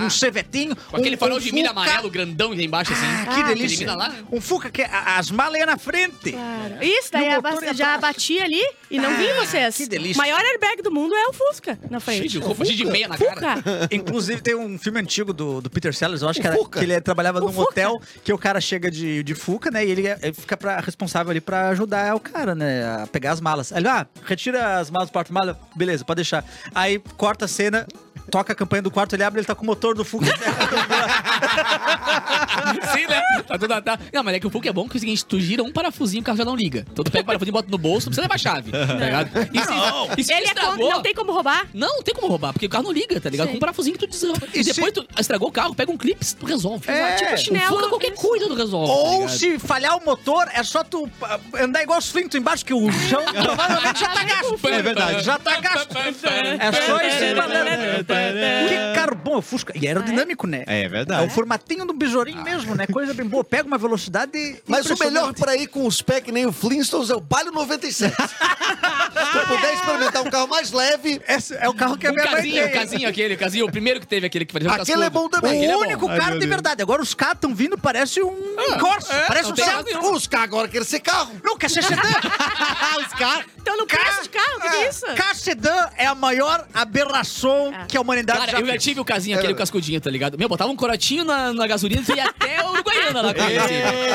Speaker 1: Um chevetinho.
Speaker 3: Uhum. Com aquele
Speaker 1: um,
Speaker 3: farol
Speaker 1: um
Speaker 3: de milha
Speaker 1: Fuca.
Speaker 3: amarelo grandão ali embaixo, assim.
Speaker 1: Ah,
Speaker 3: Aquele
Speaker 1: que delícia.
Speaker 3: mina lá.
Speaker 1: Um Fuca que a- as malas iam na frente.
Speaker 2: Claro. Isso, daí
Speaker 1: E o
Speaker 2: já,
Speaker 1: motor
Speaker 2: bati-
Speaker 1: ia
Speaker 2: já
Speaker 1: atrás.
Speaker 2: bati ali e não vi vocês.
Speaker 1: que delícia.
Speaker 2: O maior airbag do mundo é o Fusca na frente.
Speaker 3: Cheio de roupa, cheio de meia na cara.
Speaker 2: Fusca.
Speaker 1: Inclusive, tem um filme antigo do, do Peter Sellers, eu acho
Speaker 7: O
Speaker 1: que, era,
Speaker 7: Fuca.
Speaker 1: que ele trabalhava num
Speaker 2: Fuca.
Speaker 1: hotel, que o cara chega de, de Fuca, né? E ele, ele fica pra- responsável ali pra ajudar o cara, né? A pegar as malas. Aí Ele, ah, retira as malas do porta-mala, beleza, pode deixar. Aí corta a cena, toca a campanha do quarto, ele abre, ele tá com o motor do Fug.
Speaker 3: Sim, né? Tá tudo tá. Não, mas é que o Fuk é bom que é o seguinte, tu gira um parafusinho, o carro já não liga. Então tu pega o parafusinho, bota no bolso, não precisa levar a chave, tá ligado? E se, não. E se
Speaker 2: Ele é contra-
Speaker 3: estragou...
Speaker 2: não tem como roubar.
Speaker 3: Não, não tem como roubar, porque o carro não liga, tá ligado?
Speaker 2: Sim.
Speaker 3: Com um parafusinho que tu desarma. E,
Speaker 1: se-
Speaker 3: depois tu estragou o carro, pega um clipe, tu resolve.
Speaker 1: É,
Speaker 3: tipo
Speaker 2: chinelo,
Speaker 3: Fuca qualquer
Speaker 2: isso.
Speaker 3: coisa, tu resolve. tá
Speaker 1: Ou
Speaker 3: ligado?
Speaker 1: se falhar o motor, é só tu ah, andar igual os flintos embaixo, que o chão provavelmente já tá gasto.
Speaker 4: É verdade.
Speaker 1: Já tá gasto. É só isso espalhando. Que carro bom, o Fusca. E aerodinâmico, né?
Speaker 4: É
Speaker 1: É o
Speaker 4: verdade.
Speaker 1: formatinho do besourinho mesmo, né? Coisa bem boa. Pega uma velocidade.
Speaker 7: Mas o melhor
Speaker 1: impressionante.
Speaker 7: pra ir com os pés que nem o Flintstones é o Palio 97. Se eu puder experimentar um carro mais leve,
Speaker 1: Esse é o carro que a
Speaker 3: O
Speaker 1: minha mãe
Speaker 3: Um casinho,
Speaker 1: tem.
Speaker 3: o casinho aquele, o casinho, o primeiro que teve aquele que fazia
Speaker 7: Aquele é bom também.
Speaker 1: O
Speaker 3: Aquele é bom.
Speaker 1: único carro de verdade. Agora os caras estão vindo, parece um Corsa. parece
Speaker 3: não
Speaker 1: um
Speaker 3: É, tem
Speaker 1: Celta.
Speaker 3: razão.
Speaker 7: Pô, os caras agora querem ser carro.
Speaker 1: Não, K-Sedã. os caras.
Speaker 2: Então no preço de carro, o que que é isso?
Speaker 1: K-Sedã é a maior aberração
Speaker 2: Ah.
Speaker 1: que a humanidade
Speaker 3: Cara,
Speaker 1: já
Speaker 3: eu já
Speaker 1: fez.
Speaker 3: tive o casinho aquele com cascudinho, tá ligado? Meu, botava um corotinho na, na gasolina e ia até o Goiânia lá com ele. assim.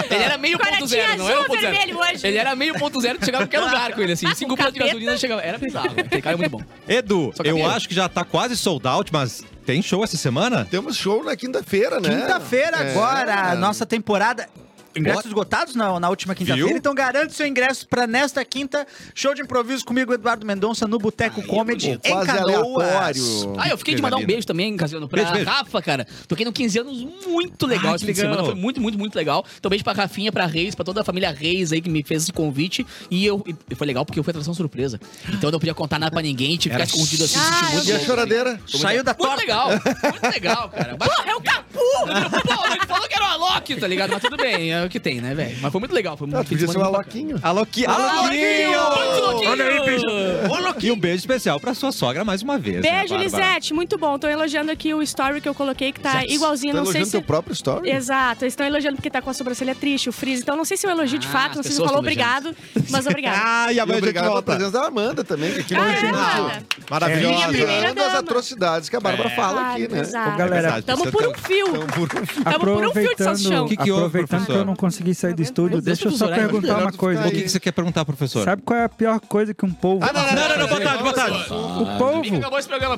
Speaker 3: Ele era meio ponto
Speaker 2: Corotinho
Speaker 3: zero, não era um
Speaker 2: azul,
Speaker 3: ponto zero.
Speaker 2: vermelho hoje.
Speaker 3: Ele era meio ponto zero, tu chegava em qualquer lugar com ele, assim. Cinco pontos de
Speaker 2: capeta.
Speaker 3: gasolina, chegava. Era bizarro, aquele cara é muito bom.
Speaker 4: Edu,
Speaker 3: Só
Speaker 4: eu
Speaker 3: cabelo.
Speaker 4: acho que já tá quase sold out, mas tem show essa semana?
Speaker 5: Temos um show na quinta-feira, né?
Speaker 1: Quinta-feira
Speaker 5: É.
Speaker 1: agora, a nossa temporada. Ingressos esgotados na, na última quinta-feira,
Speaker 4: Viu?
Speaker 1: então garante seu ingresso pra nesta quinta, show de improviso comigo, Eduardo Mendonça, no Boteco Comedy, em
Speaker 5: Quase
Speaker 1: Canoas.
Speaker 5: aleatório.
Speaker 3: Ah, eu fiquei de
Speaker 5: Coisa
Speaker 3: mandar um
Speaker 5: linda.
Speaker 3: beijo também, Casiano, pra
Speaker 4: Beijo, beijo.
Speaker 3: Rafa, cara. Toquei no 15 anos muito legal
Speaker 4: Ah,
Speaker 3: esse
Speaker 4: que
Speaker 3: fim de semana.
Speaker 4: legal.
Speaker 3: Foi muito, muito, muito legal. Então, beijo pra Rafinha, pra Reis, pra toda a família Reis aí que me fez esse convite. E eu e foi legal porque eu fui atração surpresa. Então eu não podia contar nada pra ninguém, tive que
Speaker 4: Era
Speaker 3: ficar escondido assim.
Speaker 2: Ah,
Speaker 3: senti
Speaker 2: eu
Speaker 3: muito
Speaker 5: E a
Speaker 3: bom.
Speaker 5: choradeira?
Speaker 2: é
Speaker 1: Saiu da
Speaker 3: Muito
Speaker 1: torta.
Speaker 3: legal, muito legal, cara. Mas, Porra, é o Capu! Pô, ele falou que era o Alok, tá ligado? Mas tudo bem, é o que tem, né, velho? Mas foi muito legal, foi muito
Speaker 5: Ah, podia ser um aloquinho.
Speaker 7: Ah,
Speaker 4: Aloquinho!
Speaker 3: Aloquinho! Olha aí,
Speaker 4: E um beijo especial pra sua sogra mais uma vez. né,
Speaker 2: Beijo,
Speaker 4: Bárbara?
Speaker 2: Lisete. Muito bom. Tô elogiando aqui o story que eu coloquei, que tá
Speaker 3: Exato.
Speaker 2: igualzinho.
Speaker 5: Tá
Speaker 2: não sei
Speaker 5: elogiando
Speaker 7: é-
Speaker 2: se. é-
Speaker 5: teu próprio story?
Speaker 2: Exato, eles estão elogiando porque tá com a sobrancelha triste, o frizz. Então, não sei se eu elogio de
Speaker 3: Ah,
Speaker 2: fato,
Speaker 3: as
Speaker 2: não sei se
Speaker 3: pessoas
Speaker 2: falou
Speaker 3: tão
Speaker 2: obrigado, mas obrigado.
Speaker 4: Ah, e
Speaker 5: E
Speaker 4: amanhã a gente
Speaker 5: obrigado pela
Speaker 4: volta.
Speaker 5: presença da Amanda também, que aqui
Speaker 2: Ah,
Speaker 5: no
Speaker 2: é, Amanda?
Speaker 4: Maravilhosa.
Speaker 2: Minha primeira
Speaker 5: das
Speaker 2: dama.
Speaker 5: atrocidades que a Bárbara fala aqui, né?
Speaker 2: Exato.
Speaker 8: Ô, galera,
Speaker 4: verdade,
Speaker 2: Tamo
Speaker 4: você
Speaker 2: por
Speaker 4: tá-
Speaker 2: um fio.
Speaker 5: Então, por um fim,
Speaker 2: Tamo por um fio de salsichão.
Speaker 8: aproveitando,
Speaker 4: Que que houve,
Speaker 8: aproveitando que
Speaker 4: professor?
Speaker 8: eu não consegui sair do estúdio,
Speaker 3: Deixa
Speaker 8: deixa eu só
Speaker 3: o professor aí,
Speaker 8: perguntar uma
Speaker 5: melhor
Speaker 8: coisa.
Speaker 4: O que, que você quer perguntar, professor? Ah,
Speaker 8: Sabe qual é a pior coisa que um povo...
Speaker 4: não, não, boa tarde, boa tarde.
Speaker 8: O povo
Speaker 3: Acabou esse programa,